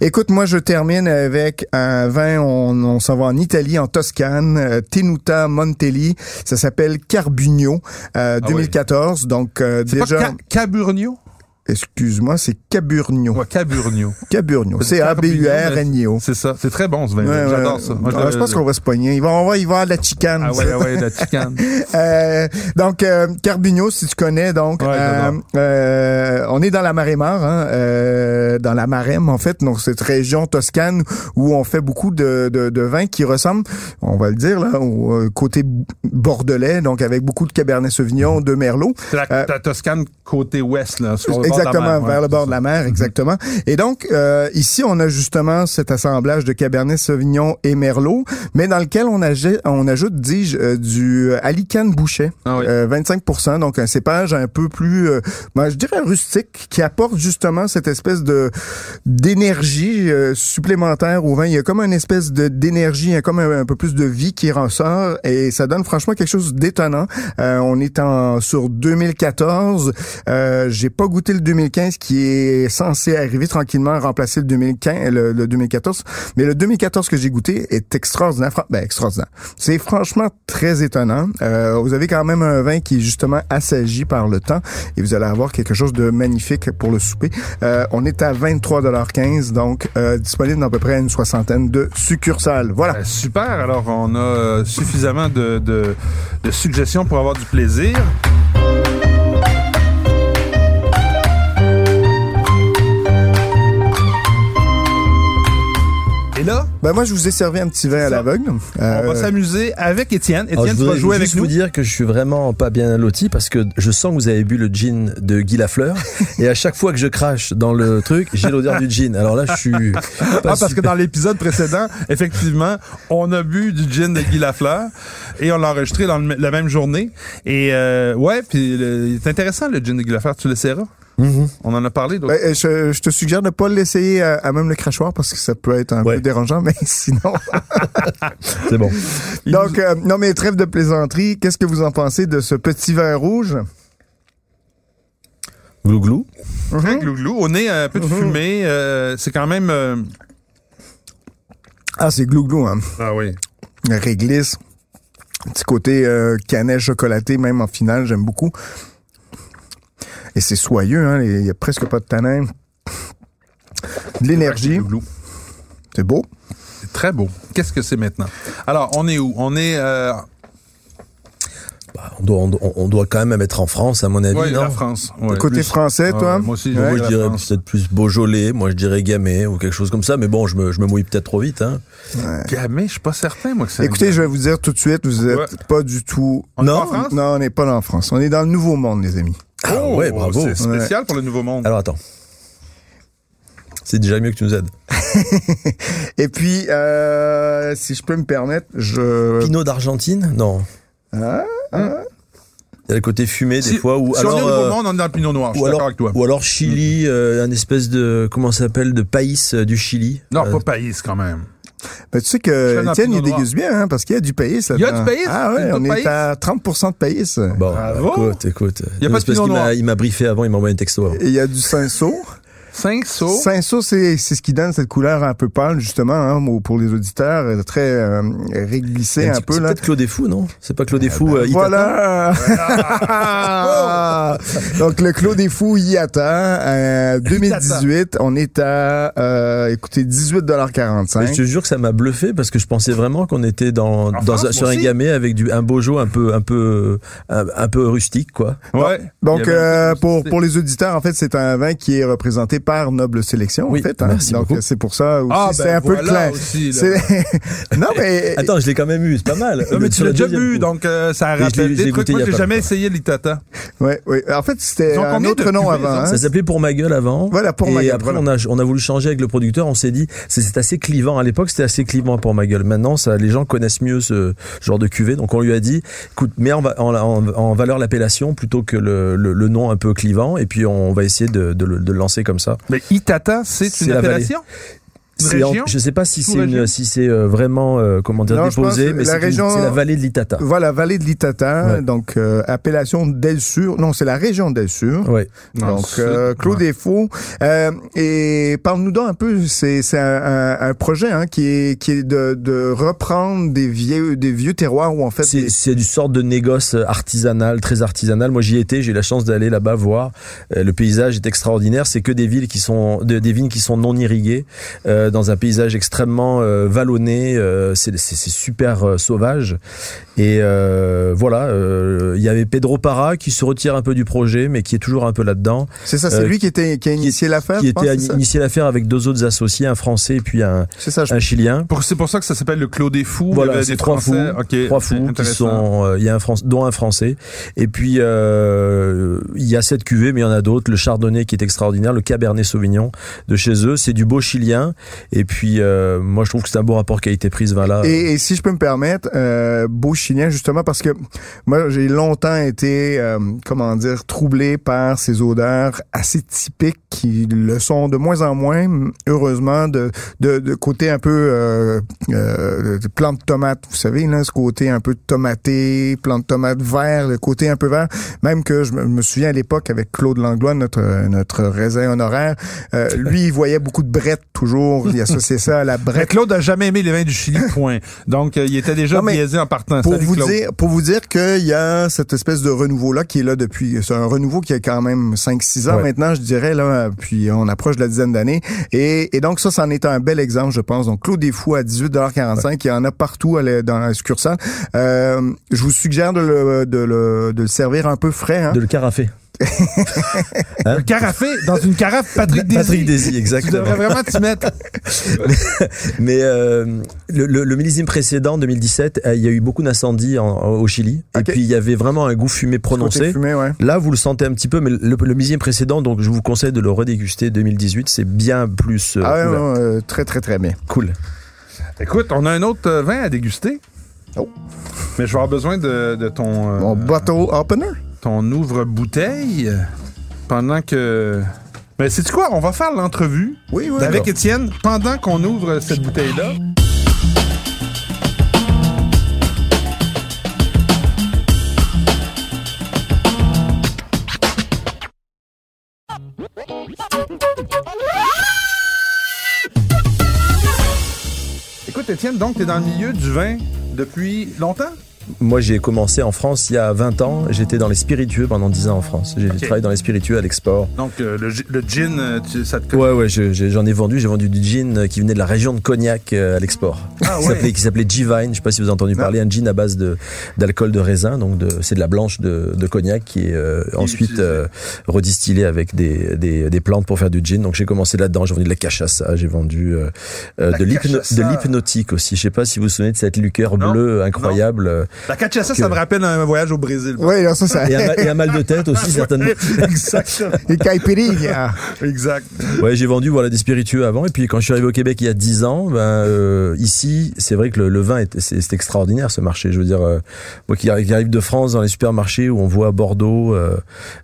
C: Écoute, moi, je termine avec un vin. On, on s'en va en Italie, en Toscane, euh, Tenuta Montelli. Ça s'appelle Carbugno, euh,
B: Ah
C: 2014. Donc euh,
B: C'est
C: déjà,
B: pas Ca- Caburnio?
C: excuse-moi, c'est Caburgno.
B: Ouais, Caburnio.
C: Caburgno.
B: C'est
C: C'est A B U R N I O.
B: C'est ça. C'est très bon ce vin.
C: Ouais,
B: J'adore
C: ouais.
B: ça. Moi,
C: Ah, je, pense qu'on va se pogner. Il va, on va y voir de la chicane.
B: Ah ouais, ah ouais, la chicane.
C: Euh, donc, euh, Carbugno, si tu connais, donc,
B: Ouais,
C: euh,
B: j'adore.
C: euh, on est dans la marée mare, hein, euh, dans la Marème, en fait, donc cette région toscane où on fait beaucoup de, de, de vins qui ressemblent, on va le dire, là, au euh, côté b- bordelais, donc avec beaucoup de Cabernet Sauvignon, de Merlot.
B: C'est la,
C: Euh,
B: la Toscane côté ouest, là. sur le bord de la
C: Exactement,
B: mer, ouais,
C: vers le
B: c'est
C: bord de
B: ça. Mhm.
C: la mer, exactement. Et donc, euh, ici, on a justement cet assemblage de Cabernet Sauvignon et Merlot, mais dans lequel on, ajoute, on ajoute, dis-je, euh, du euh, Alicane Bouchet,
B: Ah oui.
C: euh, 25 donc un cépage un peu plus, euh, ben, je dirais rustique, qui apporte justement cette espèce de d'énergie euh, supplémentaire au vin. Il y a comme une espèce de d'énergie, hein, comme un, un peu plus de vie qui ressort, et ça donne franchement quelque chose d'étonnant. Euh, on est en sur 2014. Euh, j'ai pas goûté le 2015 qui est censé arriver tranquillement remplacer le 2015 le, le 2014 mais le 2014 que j'ai goûté est extraordinaire Fran- ben extraordinaire c'est franchement très étonnant Euh, vous avez quand même un vin qui est justement assagi par le temps et vous allez avoir quelque chose de magnifique pour le souper Euh, on est à 23,15 donc euh, disponible dans à peu près une soixantaine de succursales voilà
B: Euh, Super, alors on a euh, suffisamment de, de- de suggestions pour avoir du plaisir. Et là,
C: ben moi je vous ai servi un petit vin à
B: ça.
C: l'aveugle
B: on
C: Euh, ah,
B: va s'amuser avec Étienne.
D: Alors,
B: Étienne,
D: je
B: tu vas
D: voudrais
B: jouer avec
D: juste
B: nous.
D: vous dire que je suis vraiment pas bien loti parce que je sens que vous avez bu le gin de Guy Lafleur et à chaque fois que je crache dans le truc, j'ai l'odeur du gin. Alors là, je suis pas
B: Ah, parce que
D: super-
B: dans l'épisode précédent, effectivement, on a bu du gin de Guy Lafleur et on l'a enregistré dans le m- la même journée. Et euh, ouais, puis le- c'est intéressant le gin de Guy Lafleur, tu l'essaieras.
D: Mm-hmm.
B: On en a parlé. donc.
C: Ben, euh, je, je te suggère de ne pas l'essayer à, à même le crachoir parce que ça peut être un
D: Ouais.
C: peu dérangeant, mais sinon.
D: c'est bon.
B: Il
C: Donc, euh, non, mais trêve de plaisanterie. Qu'est-ce que vous en pensez de ce petit vin rouge?
D: Glou glou.
B: Très
D: Ben,
B: glouglou. Au nez, un peu de
D: Mm-hmm.
B: fumée. euh, c'est quand même. euh,
C: Ah, c'est glouglou, hein.
B: Ah oui.
C: Réglisse. Un Petit côté euh, canet chocolaté, même en finale, j'aime beaucoup. Et c'est soyeux, hein. Il y a presque pas de tanin. De l'énergie.
B: Glouglou.
C: C'est beau.
B: C'est très beau. Qu'est-ce que c'est maintenant? Alors, on est où? On est. euh,
D: Bah, on, doit, on, doit- on doit quand même être en France, à mon avis,
B: ouais,
D: non
B: la France. Ouais.
C: Côté
B: Plus-
C: français,
B: Ah
C: toi?
B: ouais, moi aussi,
C: Ouais.
D: Moi,
B: la
D: je dirais
B: France.
D: peut-être plus Beaujolais, moi je dirais Gamay ou quelque chose comme ça, mais bon, je me, je me mouille peut-être trop vite. Hein.
B: Gamay, je suis pas certain, moi, que c'est. un
C: Écoutez, je vais vous dire tout de suite, vous êtes
B: Ouais.
C: pas du tout.
B: On est pas
C: non,
B: en France?
C: non, on n'est pas en France. On est dans le Nouveau Monde, les amis.
B: Gamay.
D: Ah ouais, bravo.
B: Oh, C'est spécial pour le Nouveau Monde.
D: Alors attends. C'est déjà mieux que tu nous aides.
C: Et puis, euh, si je peux me permettre,
B: Euh.
C: je.
D: Pinot d'Argentine Non.
C: Hein?
D: Il y a le côté fumé des
B: Si-
D: fois ou
B: si on est
D: alors.
B: au Nouveau
D: euh,
B: Monde, on est dans le Pinot Noir. Je
D: ou
B: suis d'accord
D: alors,
B: avec toi. Mm.
D: ou alors Chili, euh, un espèce de comment ça s'appelle de país euh, du Chili.
B: Non,
D: Euh,
B: pas Païs, quand même.
C: Ben, tu sais
B: Je fais
C: que
B: dans
C: Étienne,
B: Pinot
C: il déguste bien, hein, parce qu'il y a du pays là
B: Il y a du pays?
C: Ah
B: Il y
C: ouais,
B: a
C: on
B: du
C: est
B: pays?
C: à 30 de pays.
D: Bon,
B: Bravo.
D: écoute, écoute.
B: Ah Y a pas de
D: C'est parce
B: Pinot
D: qu'il m'a-
B: Noir.
D: Il m'a briefé avant, il m'a envoyé un texto. avant.
C: Et il y a du Saint-Saur.
B: Cinq sauts.
C: Cinsault, c'est c'est ce qui donne cette couleur un peu pâle justement hein, au- pour les auditeurs, euh, très euh,
D: C'est
C: réglissée un peu
D: c'est
C: là.
D: peut-être Claude Fou, non C'est pas
B: Ah
D: Claude
B: bah
D: Fou. euh, Itata
C: Voilà. Donc le Clos des Fous y attend. Euh, 2018, on est à euh, écoutez 18,45.
D: Mais je te jure que ça m'a bluffé parce que je pensais vraiment qu'on était dans,
B: En
D: dans
B: France,
D: un-
B: moi
D: sur un
B: aussi.
D: gamet avec du, un bojo un peu, un peu, un, un peu rustique, quoi.
B: Ouais. Il
C: Donc
B: y avait
C: euh,
B: un peu de
C: pour
B: simplicité.
C: pour les auditeurs en fait c'est un vin qui est représenté par Noble Sélection
D: Oui,
C: en fait hein.
D: merci
C: donc
D: beaucoup.
C: c'est pour ça aussi
B: Ah, ben,
C: c'est un peu
B: voilà
C: clair.
B: aussi, là.
C: C'est- non mais
D: Attends, je l'ai quand même eu, c'est pas mal.
B: Non, mais
D: Sur
B: tu
D: le
B: l'as déjà
D: deuxième
B: bu,
D: coup.
B: donc euh, ça
D: je l'ai-
B: rappelle
D: je l'ai
B: des trucs.
D: goûté
B: Moi,
D: il y a
B: j'ai
D: pas
B: jamais
D: longtemps.
B: essayé l'Itata.
C: ouais, ouais. en fait c'était
B: Ils ont
C: un
B: combien
C: autre
B: de
C: nom
B: cuvées,
C: avant.
B: hein?
C: hein.
D: Ça s'appelait Pour ma gueule avant.
C: Voilà, Pour
D: et
C: ma gueule,
D: après,
C: voilà.
D: on, a, on a voulu changer avec le producteur. On s'est dit, c'est- c'est assez clivant. À l'époque, c'était assez clivant pour ma gueule. Maintenant, ça, les gens connaissent mieux ce genre de cuvée. Donc, on lui a dit, écoute, mets en, va- en, en- en valeur l'appellation plutôt que le, le- le nom un peu clivant. Et puis, on va essayer de, de le, de le lancer comme ça.
B: Mais Itata, c'est
D: C'est
B: une
D: la vallée.
B: appellation? Une
D: C'est en-
B: région
D: je sais pas si c'est
B: Sous-région
D: une- si c'est euh, vraiment euh, comment dire
C: Non, je
D: déposé,
C: pense que
D: mais
C: la
D: c'est une-
C: région-
D: c'est la vallée de l'Itata.
C: Voilà, vallée de l'Itata,
D: Ouais.
C: donc euh, appellation d'El Sur. Non, c'est la région d'El Sur.
D: Ouais.
B: Dans le
C: Donc,
B: sud.
C: euh, Claude
B: Ouais.
C: Défaut. euh, et parle-nous donc un peu, c'est c'est un, un- un projet hein, qui est, qui est de, de reprendre des vieux, des vieux terroirs où en fait...
D: C'est
C: des-
D: c'est du sorte de négoce euh, artisanal, très artisanal. Moi, j'y étais, j'ai eu la chance d'aller là-bas voir. Euh, le paysage est extraordinaire. C'est que des villes qui sont, de- des vignes qui sont non irriguées, euh, dans un paysage extrêmement euh, vallonné. euh, c'est c'est- c'est super euh, sauvage. Et euh, voilà, euh, il y avait Pedro Parra qui se retire un peu du projet, mais qui est toujours un peu là-dedans.
C: C'est ça, c'est
D: euh,
C: lui qui, était, qui a
D: qui-
C: initié l'affaire,
D: Qui
C: je pense,
D: était à
C: c'est ça?
D: initié l'affaire avec deux autres associés, un Français et puis un,
C: C'est ça, je
D: un Chilien.
B: Pour- C'est pour ça que ça s'appelle le Clos des Fous. Il y
D: Voilà,
B: avait
D: c'est
B: des
D: trois fous,
B: Français. Ok,
D: trois
B: c'est
D: fous qui
B: intéressant.
D: sont, euh, il y a un Fran- dont un français. Et puis euh, il y a cette cuvée, mais il y en a d'autres. Le Chardonnay qui est extraordinaire, le Cabernet Sauvignon de chez eux, c'est du beau chilien. Et puis euh, moi je trouve que c'est un beau rapport qualité-prix ce vin-là.
C: Et, et si je peux me permettre, euh, beau chilien justement parce que moi j'ai longtemps été euh, comment dire troublé par ces odeurs assez typiques qui le sont de moins en moins heureusement de de, de côté un peu euh, euh, de plante de tomate vous savez là ce côté un peu tomaté plante de tomate vert le côté un peu vert même que je me, me souviens à l'époque avec Claude Langlois notre notre raisin honoraire euh, lui il voyait beaucoup de brette toujours il associait ça à la
B: Mais
C: brette
B: Claude a jamais aimé les vins du Chili, point. Donc, euh, il était déjà
C: Non, mais
B: biaisé en partant.
C: pour
B: Salut,
C: vous
B: Claude.
C: dire pour vous dire qu'il y a cette espèce de renouveau là qui est là depuis c'est un renouveau qui a quand même 5 6 ans
D: Ouais.
C: maintenant je dirais là puis on approche de la dizaine d'années et, et donc ça c'en est un bel exemple je pense donc Claude Desfous à 18,45 il y en a partout à la- dans la succursale Euh, je vous suggère de le, de le de le servir un peu frais hein.
D: euh, de le carafé.
B: Un carafé, dans une carafe, Patrick Désy.
D: Patrick Désy,
B: Tu
D: exactement.
B: devrais vraiment t'y mettre.
D: Mais euh, le, le, le millésime précédent, 2017, euh, il y a eu beaucoup d'incendies en- au Chili.
C: Ok.
D: Et puis il y avait vraiment un goût fumé
C: Côté
D: prononcé.
C: fumé, ouais.
D: Là, vous le sentez un petit peu, mais le, le millésime précédent, donc je vous conseille de le redéguster 2018, c'est bien plus euh,
C: Ah ouais,
D: ouvert.
C: non, euh, très très très bien.
D: cool.
B: Écoute, on a un autre euh, vin à déguster.
C: Oh.
B: Mais je vais avoir besoin de, de ton, euh,
C: Mon bottle opener.
B: ton ouvre-bouteille pendant que... Mais sais-tu quoi? On va faire l'entrevue
C: Oui oui.
B: avec Étienne pendant qu'on ouvre cette bouteille-là. Écoute, Étienne, donc, tu es dans le milieu du vin depuis longtemps?
D: Moi, j'ai commencé en France il y a 20 ans, j'étais dans les spiritueux pendant 10 ans en France. J'ai travaillé dans les spiritueux à l'export.
B: Donc, euh, le, gi- le gin, euh, tu- ça te
D: Ouais, ouais, je- je- j'en ai vendu. J'ai vendu du gin euh, qui venait de la région de Cognac euh, à l'export.
B: Ah
D: Qui
B: ouais.
D: s'appelait- Qui s'appelait G-Vine. Je sais pas si vous avez entendu parler. Un gin à base de- d'alcool de, raisin. Donc, de- c'est de la blanche de, de Cognac qui est euh, ensuite
B: utilisé.
D: euh, redistillée avec des, des, des plantes pour faire du gin. Donc, j'ai commencé là-dedans. J'ai vendu de la cachaça. J'ai vendu euh, euh, de l'hypno-
B: cachaça.
D: de l'hypnotique aussi. Je sais pas si vous vous souvenez de cette liqueur
B: Non,
D: bleue incroyable. euh,
B: La cachaça,
D: Que-
B: ça me rappelle un voyage au Brésil.
C: Oui, là, ça, ça.
D: Et un, mal- et un mal de tête aussi, certainement.
B: Exactement.
C: Les caipirinhas.
B: Exact.
D: Ouais, j'ai vendu voilà des spiritueux avant et puis quand je suis arrivé au Québec il y a 10 ans, ben euh, ici, c'est vrai que le, le vin est c'est c'est extraordinaire ce marché, je veux dire euh, moi qui arrive, qui arrive de France dans les supermarchés où on voit Bordeaux euh,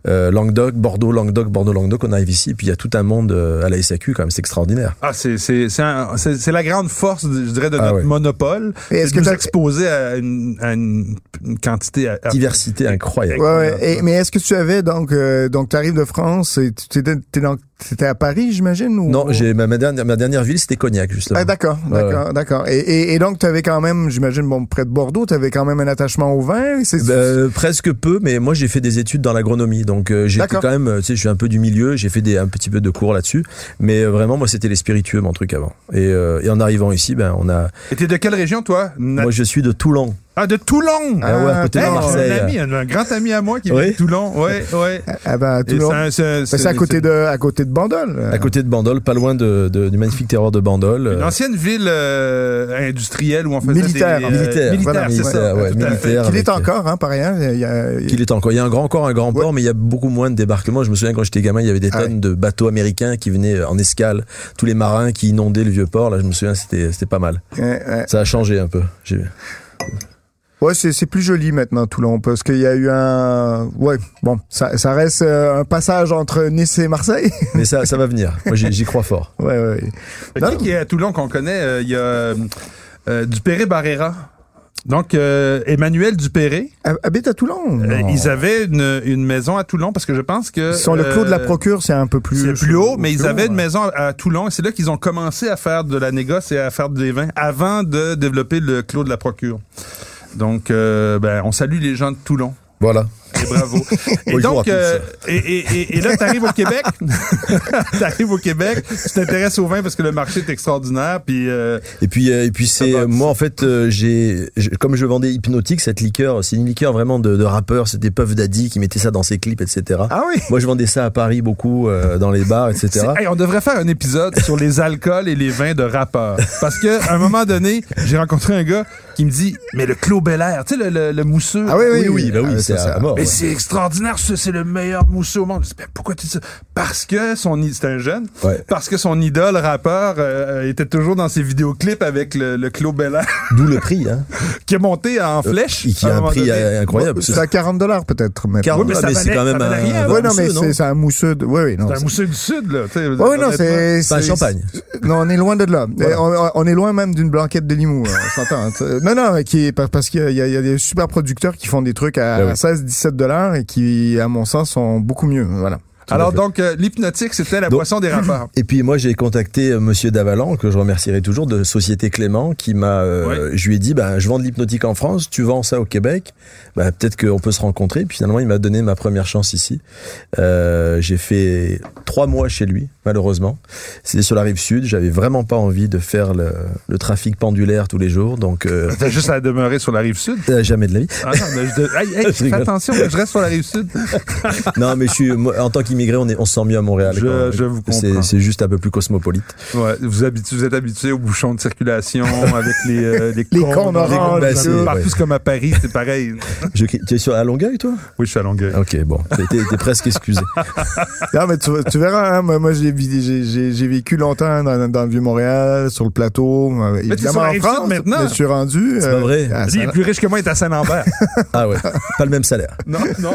D: euh, Languedoc, Bordeaux Languedoc, Bordeaux Languedoc, on arrive ici et puis il y a tout un monde euh, à la SAQ quand même, c'est extraordinaire.
B: Ah, c'est, c'est, c'est, un- c'est- c'est la grande force, je dirais, de
D: Ah
B: notre
D: ouais.
B: monopole.
C: Et est-ce
B: Est-ce que
C: que
B: nous
C: t'as-
B: exposer à une, à une une, une quantité à- à-
D: Diversité incroyable.
C: Ah. Ouais, ouais. Et- mais est-ce que tu avais donc euh, donc tu arrives de France et tu t'étais t'es dans- t'étais à Paris j'imagine ou
D: Non, j'ai ma, ma dernière ma dernière ville c'était Cognac justement.
C: Ah, d'accord,
D: Ouais,
C: d'accord, d'accord. Et, et, et donc tu avais quand même j'imagine bon près de Bordeaux, tu avais quand même un attachement au vin, c'est
D: Ben, presque peu, mais moi j'ai fait des études dans l'agronomie, donc euh, j'ai
C: D'accord.
D: quand même, euh, tu sais, je suis un peu du milieu, j'ai fait des, un petit peu de cours là-dessus, mais euh, vraiment moi c'était les spiritueux mon truc avant. Et, euh, et en arrivant ici, ben on a,
B: Et t'es de quelle région, toi? Na-
D: moi je suis de Toulon,
B: Ah, de Toulon!
D: Ah ouais, à côté de
B: Hey, j'ai
D: Marseille.
B: Un, ami, un, un grand ami à moi qui
D: Oui.
B: vient de Toulon. Ouais, ouais.
C: ah ben, à
B: Et
C: Toulon.
B: c'est un- c'est-
C: Ben, c'est à côté
B: c'est
C: de à côté de Bandol.
D: à côté de Bandol, pas loin de, de- du magnifique terroir de Bandol.
B: Une
D: Euh,
B: ancienne ville euh, industrielle où on faisait
C: Militaire.
B: des... euh,
D: Militaire.
B: militaire,
C: Voilà,
B: c'est ça.
D: militaire, ouais,
B: tout à fait.
D: militaire.
C: Qu'il
D: avec- euh,
C: est encore hein par ailleurs, il y a- il y a-
D: qu'il est encore. Il y a un grand corps, un grand port, mais il y a beaucoup moins de débarquements. Je me souviens quand j'étais gamin, il y avait des
C: Ah
D: tonnes de bateaux américains qui venaient euh, en escale, tous les marins qui inondaient le vieux port. Là, je me souviens, c'était c'était pas mal.
C: Ouais, ouais.
D: Ça a changé un peu. J'ai-
C: hein, Ouais, c'est c'est plus joli maintenant Toulon parce qu'il y a eu un ouais, bon, ça ça reste euh, un passage entre Nice et Marseille.
D: Mais ça, ça va venir. Moi, j'y j'y crois fort.
C: ouais, ouais. ouais.
B: Qui est à Toulon qu'on connaît? euh, Il y a euh, Dupéré Barrera. Donc, euh, Emmanuel Dupéré,
C: Ha- Habite à Toulon.
B: euh,
C: Non.
B: ils avaient une, une maison à Toulon parce que je pense que...
C: Ils sont le clos de la procure, c'est un peu plus
B: Euh, C'est plus haut, mais ils
C: plus
B: avaient
C: haut,
B: une
C: ouais.
B: maison à- à Toulon et c'est là qu'ils ont commencé à faire de la négoce et à faire des vins avant de développer le clos de la procure. Donc, euh, ben, on salue les gens de Toulon.
D: Voilà.
B: Et bravo. Et
D: Bonjour à
B: donc,
D: tous.
B: euh, et, et- et- et là, t'arrives au Québec. t'arrives au Québec, tu t'intéresses au vin parce que le marché est extraordinaire. Puis, euh,
D: Et puis, euh, et puis c'est
B: va.
D: euh, moi en fait, euh, j'ai j'ai- comme je vendais hypnotique, cette liqueur, c'est une liqueur vraiment de, de rappeur. C'était Puff Daddy qui mettait ça dans ses clips, etc.
C: Ah oui.
D: Moi, je vendais ça à Paris beaucoup, euh, dans les bars, etc.
B: c'est- hey, on devrait faire un épisode sur les alcools et les vins de rappeurs. Parce que à un moment donné, j'ai rencontré un gars qui me dit Mais le Clos Bel Air, tu sais, le, le- le mousseux.
C: Ah oui, oui,
D: Oui, oui, bah oui,
C: Ah,
D: c'est à mort.
B: Mais
D: ouais.
B: c'est extraordinaire, ce- c'est le meilleur mousseux au monde. Je dis, Ben, pourquoi tu dis ça? Parce que son i- c'est un jeune,
D: Ouais.
B: parce que son idole rappeur euh, euh, était toujours dans ses vidéoclips avec le, le Clos Belair
D: D'où le prix, hein,
B: qui est monté en flèche.
D: et qui
B: à
D: a un
B: moment
D: prix
B: donné.
D: euh, incroyable.
C: C'est à 40 dollars peut-être maintenant.
D: 40,
B: Oui, mais ça
D: mais c'est
B: valait-
D: quand même
B: ça valait rien,
D: un.
B: ouais.
C: Ouais, non,
D: mousseux,
C: mais c'est c'est un mousseux. de- Oui, oui, non.
B: C'est un mousseux du Sud, là. tu sais,
C: Oui, non,
B: honnêtement.
C: c'est.
D: C'est un champagne.
C: Non, on est loin de là.
D: Voilà.
C: Eh, On, on est loin même d'une blanquette de Limoux, hein, on s'entend. hein. C'est- Non, non, qui est, par- parce qu'il y, a- il y a des super producteurs qui font des trucs à
D: Ah oui.
C: 16, 17 dollars et qui, à mon sens, sont beaucoup mieux. Voilà.
B: Alors, donc, euh, l'hypnotique, c'était la
D: Donc-
B: boisson des rappeurs.
D: Et puis moi j'ai contacté euh, Monsieur Davalan que je remercierai toujours de Société Clément qui m'a, euh, je lui ai dit bah je vends de l'hypnotique en France, tu vends ça au Québec, bah peut-être qu'on peut se rencontrer. Puis finalement il m'a donné ma première chance ici. Euh, j'ai fait trois mois chez lui malheureusement. C'était sur la rive sud, j'avais vraiment pas envie de faire le, le trafic pendulaire tous les jours, donc euh,
B: T'as juste à demeurer sur la rive Sud.
D: euh, jamais de la vie.
B: Ah, non, mais je de- Hey, hey,
D: Je
B: fais
D: rigole.
B: attention, je reste sur la rive Sud.
D: Non mais je suis moi, en tant qu'immigré on est on se sent mieux à Montréal.
B: Je-
D: quoi.
B: je vous comprends.
D: C'est c'est juste un peu plus cosmopolite.
B: Ouais, vous, habitu- vous êtes habitué aux bouchons de circulation avec les, euh, les,
C: Les cônes oranges,
B: les-
D: bah, c'est-
B: partout,
D: ouais.
B: c'est comme à Paris, c'est pareil.
D: Je crie- tu es sur à Longueuil toi
B: Oui, je suis à Longueuil.
D: Ah, Ok bon, t'es- t'es t'es presque excusé.
C: Non, mais tu, tu verras, hein, moi, moi, j'ai vi- j'ai- j'ai- j'ai vécu longtemps dans, dans le Vieux-Montréal, sur le plateau, euh,
B: t'es sur
C: évidemment
B: la
C: en
B: Rive-Sud
C: France.
B: maintenant.
C: mais Je suis rendu.
D: C'est
C: euh,
D: pas vrai.
C: à
B: Lui, il est plus riche que moi, il est à Saint-Lambert.
D: Ah ouais, pas le même salaire.
B: non, non.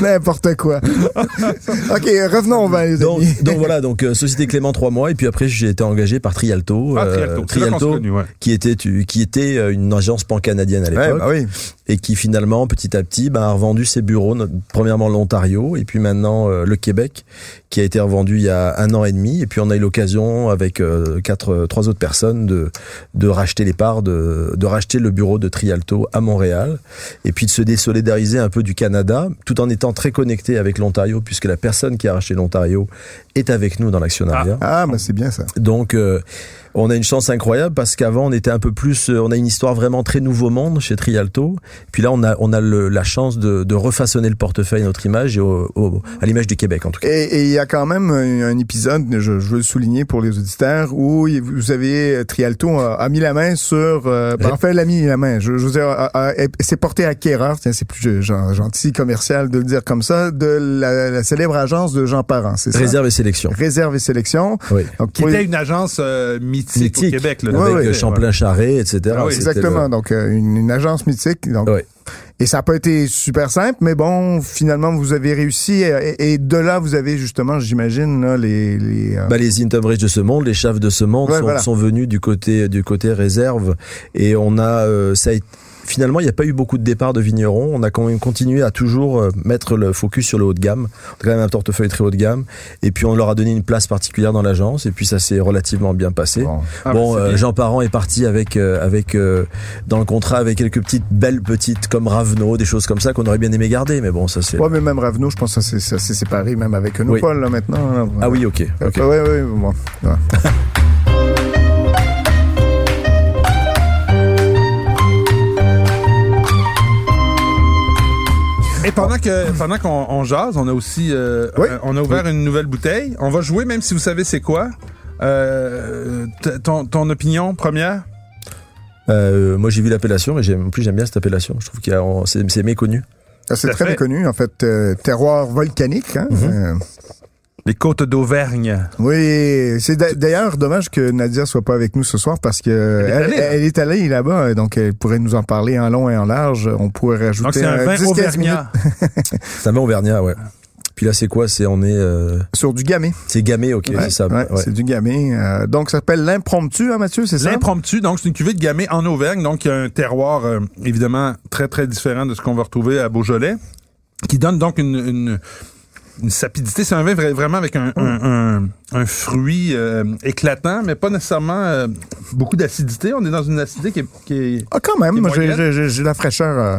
C: N'importe quoi. ok, revenons au vin, les
D: Donc,
C: amis.
D: donc voilà, donc euh, Société Clément trois mois et puis après j'ai été engagé par Trialto,
B: Ah,
D: euh,
B: Trialto. C'est là qu'on s'est connus, ouais.
D: qui était tu- qui était euh, une agence pan-canadienne à
C: Ouais,
D: l'époque
C: bah oui.
D: et qui finalement petit à petit bah, a revendu ses bureaux, no- premièrement l'Ontario et puis maintenant euh, le Québec qui a été revendu il y a un an et demi et puis on a eu l'occasion avec euh, quatre euh, trois autres personnes de de racheter les parts de de racheter le bureau de Trialto à Montréal et puis de se désolidariser un peu du Canada tout en étant très connecté avec l'Ontario puisque la personne qui a racheté l'Ontario est avec nous dans l'actionnariat.
C: Ah, mais c'est bien ça.
D: Donc, euh, on a une chance incroyable parce qu'avant, on était un peu plus. euh, on a une histoire vraiment très nouveau monde chez Trialto. Puis là, on a, on a le- la chance de, de refaçonner le portefeuille à notre image et au- au- à l'image du Québec, en tout cas.
C: Et et il y a quand même un, un épisode, je, je veux le souligner pour les auditeurs, où il- vous avez, Trialto a, a mis la main sur... euh, ben,
D: Ouais.
C: en fait, elle a mis la main. Je, je veux dire, a- a- elle s'est porté acquéreur, tiens, c'est plus gen- gentil commercial de le dire comme ça, de la, la célèbre agence de Jean Parent, c'est ça?
D: Réserve et sélection.
C: Réserve et sélection.
D: Oui.
C: Donc,
B: Qui
C: pour les-
B: était une agence euh, mythique, au
D: Mythique.
B: Québec. Là,
D: Avec
C: Ouais,
D: euh, Champlain-Charret, etc.
B: Ah oui,
D: C'était le-
C: Exactement, donc euh, une, une agence mythique. Donc,
D: Ouais.
C: Et ça n'a pas été super simple, mais bon, finalement, vous avez réussi. Et, et de là, vous avez justement, j'imagine, là, les... les euh,
D: Bah, les Intombridge de ce monde, les Chaves de ce monde
C: Ouais,
D: sont,
C: voilà.
D: sont venus du côté du côté réserve et on a euh, ça a été- Finalement, il n'y a pas eu beaucoup de départs de vignerons. On a quand même continué à toujours euh, mettre le focus sur le haut de gamme. On a quand même un portefeuille très haut de gamme. Et puis, on leur a donné une place particulière dans l'agence. Et puis, ça s'est relativement bien passé.
C: bon.
B: Ah,
D: bon,
B: bah, c'est
D: euh,
B: bien.
D: Jean Parent est parti avec euh, avec euh, dans le contrat avec quelques petites belles petites comme Ravenot, des choses comme ça qu'on aurait bien aimé garder. Mais bon, ça c'est.
C: Ouais, mais même Ravenot, je pense que ça s'est- ça s'est séparé, même avec Unopol, là, maintenant. là. Euh,
D: Ah oui, ok. ok.
C: Ouais, ouais, bon. Ouais.
B: Et pendant que pendant qu'on on jase, on a aussi euh,
C: Oui.
B: euh, on a ouvert une nouvelle bouteille. On va jouer même si vous savez c'est quoi. Euh, t- ton, ton opinion première
D: Euh, moi, j'ai vu l'appellation, mais j'aime en plus j'aime bien cette appellation. Je trouve qu'il y a- on- c'est c'est méconnu.
C: Ah,
B: Tout
C: C'est
B: à
C: très
B: fait.
C: méconnu, en fait. euh, terroir volcanique. Hein?
D: Mm-hmm.
C: Euh,
B: Les côtes d'Auvergne.
C: oui, c'est d'a- d'ailleurs dommage que Nadia soit pas avec nous ce soir parce que
B: est
C: elle,
B: allée, hein?
C: elle est allée là-bas, donc elle pourrait nous en parler en long et en large. On pourrait rajouter
B: Donc c'est un
C: euh,
B: vin
C: 10-15 minutes
B: auvergnat.
D: Ça met Auvergnat, ouais. Puis là, c'est quoi C'est on est, euh,
C: sur du gamay.
D: c'est gamé, ok, c'est ça.
C: Ouais,
D: ouais.
C: C'est du gamay. euh, donc ça s'appelle l'impromptu, hein, Mathieu, c'est ça?
B: L'impromptu, donc c'est une cuvée de Gamay en Auvergne, donc il y a un terroir euh, évidemment très très différent de ce qu'on va retrouver à Beaujolais, qui donne donc une, une- une sapidité. C'est un vin vra- vraiment avec un, un- un- un fruit euh, éclatant, mais pas nécessairement euh, beaucoup d'acidité. On est dans une acidité qui est, qui est-
C: Ah, quand même,
B: C'est
C: moi, j'ai-
B: moyenne.
C: j'ai j'ai- j'ai la fraîcheur. euh,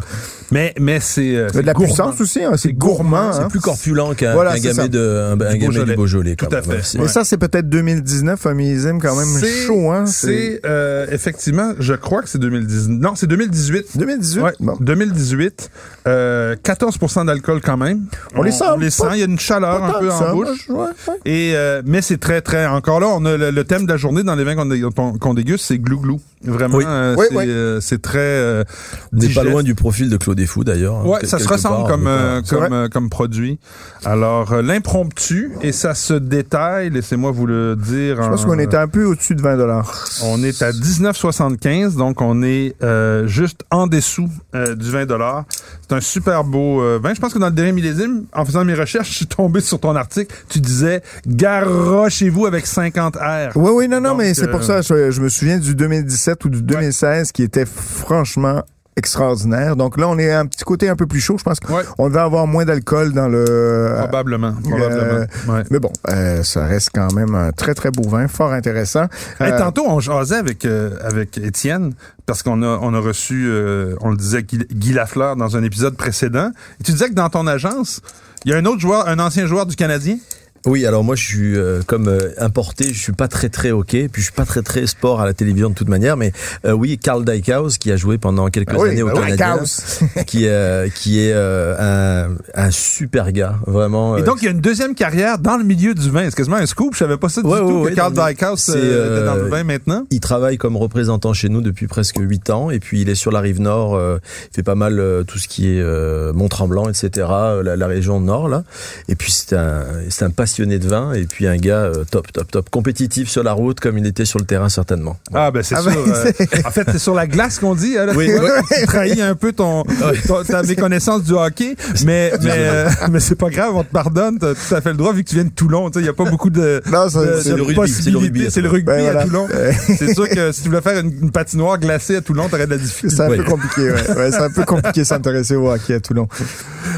B: mais mais c'est euh,
C: de
B: c'est
C: la
B: gourmand.
C: puissance aussi, hein, c'est
B: C'est
C: gourmand.
B: gourmand,
D: C'est
C: hein.
D: plus corpulent qu'un
C: Voilà,
D: qu'un
C: c'est ça.
D: gamay de un, un gamay
B: Beaujolais.
D: du Beaujolais.
B: Tout
D: quand
B: à
D: même,
B: fait.
D: ouais, c'est-
C: Mais
B: Ouais.
C: ça, c'est peut-être 2019, un millésime hein, quand même
B: C'est-
C: chaud. Hein?
B: C'est euh, effectivement, je crois que c'est 2019. Non, c'est 2018.
C: 2018.
B: Ouais,
C: Bon.
B: 2018, euh, 14 d'alcool quand même.
C: On les sent
B: On les
C: pas-
B: sent, il y a une chaleur
C: Pas
B: un
C: tant
B: peu
C: que
B: en
C: ça,
B: bouche.
C: ouais, ouais.
B: Et euh, mais c'est très très encore là, on a le, le thème de la journée dans les vins qu'on dé- qu'on qu'on déguste, c'est glou glou. Vraiment,
D: Oui.
B: euh,
C: Oui,
B: c'est
C: oui.
B: euh, c'est très. euh,
D: On n'est pas
B: digeste.
D: loin du profil de Claude Fou d'ailleurs. hein,
B: Ouais,
D: quel-
B: ça se
D: quelque
B: ressemble
D: part,
B: comme
D: mais
B: euh,
C: C'est
B: comme
C: vrai.
B: euh, comme produit. Alors euh, l'impromptu et ça se détaille. Laissez-moi vous le dire.
C: Je pense
B: en-
C: qu'on était un peu au-dessus de 20 dollars.
B: On est à 19,75, donc on est euh, juste en dessous euh, du 20 C'est un super beau euh, vin. Je pense que dans le dernier millésime, en faisant mes recherches, je suis tombé sur ton article. Tu disais « Garochez-vous avec 50 R
C: Oui, oui, non, non,
B: Donc,
C: mais c'est
B: euh,
C: pour ça. Je, je me souviens du 2017 ou du 2016 qui était franchement extraordinaire. Donc là, on est à un petit côté un peu plus chaud. Je pense ».
B: Ouais,
C: qu'on devait avoir moins d'alcool dans le.
B: probablement,
C: Euh,
B: probablement. ouais.
C: Mais bon, euh, ça reste quand même un très, très beau vin, fort intéressant.
B: Hey,
C: Euh,
B: tantôt, on jasait avec euh, avec Étienne parce qu'on a on a reçu, euh, on le disait, Guy, Guy Lafleur dans un épisode précédent. Et tu disais que dans ton agence, il y a un autre joueur, un ancien joueur du Canadien.
D: Oui, alors moi je suis euh, comme euh, importé, je suis pas très très hockey, puis je suis pas très très sport à la télévision de toute manière, mais euh, oui, Carl Dykhouse qui a joué pendant quelques
B: Ah
C: oui,
D: années au
C: bah oui,
D: Canadien,
C: Dykhouse.
D: qui euh, qui est euh, un, un super gars, vraiment.
B: Et
D: euh,
B: donc, il y a une deuxième carrière dans le milieu du vin. C'est quasiment un scoop. Je savais pas ça du
D: Ouais,
B: tout
D: ouais,
B: que
D: ouais,
B: Carl
D: dans le-
B: Dykehouse
D: c'est,
B: était dans le
D: euh,
B: vin maintenant.
D: Il travaille comme représentant chez nous depuis presque huit ans et puis il est sur la rive nord. euh, il fait pas mal euh, tout ce qui est euh, Mont-Tremblant, etc. euh, La, la région nord là. Et puis c'est un c'est un passionné de vin et puis un gars euh, top top top compétitif sur la route comme il était sur le terrain certainement.
B: Ah, ben, c'est
C: Ah,
B: sûr.
C: ben,
B: euh, en fait, c'est sur la glace qu'on dit. hein, là.
D: Oui,
B: Tu vois,
D: ouais.
B: Tu trahis un peu ton, ton- ta méconnaissance du hockey. Mais, mais, euh, mais c'est pas grave. On te pardonne. T'as tout à fait le droit vu que tu viens de Toulon. Tu sais, Il y a pas beaucoup de,
C: Non, ça-
B: de-
C: c'est
B: de
D: le rugby, c'est le rugby
B: possibilités.
D: à
B: C'est le
D: Toulon.
B: rugby
C: Ouais,
B: à
C: voilà.
B: Toulon. C'est sûr que si tu voulais faire une, une patinoire glacée à Toulon, t'aurais de la difficulté.
C: C'est un
D: Oui.
C: peu compliqué, ouais. Ouais, c'est un peu compliqué s'intéresser au hockey à Toulon.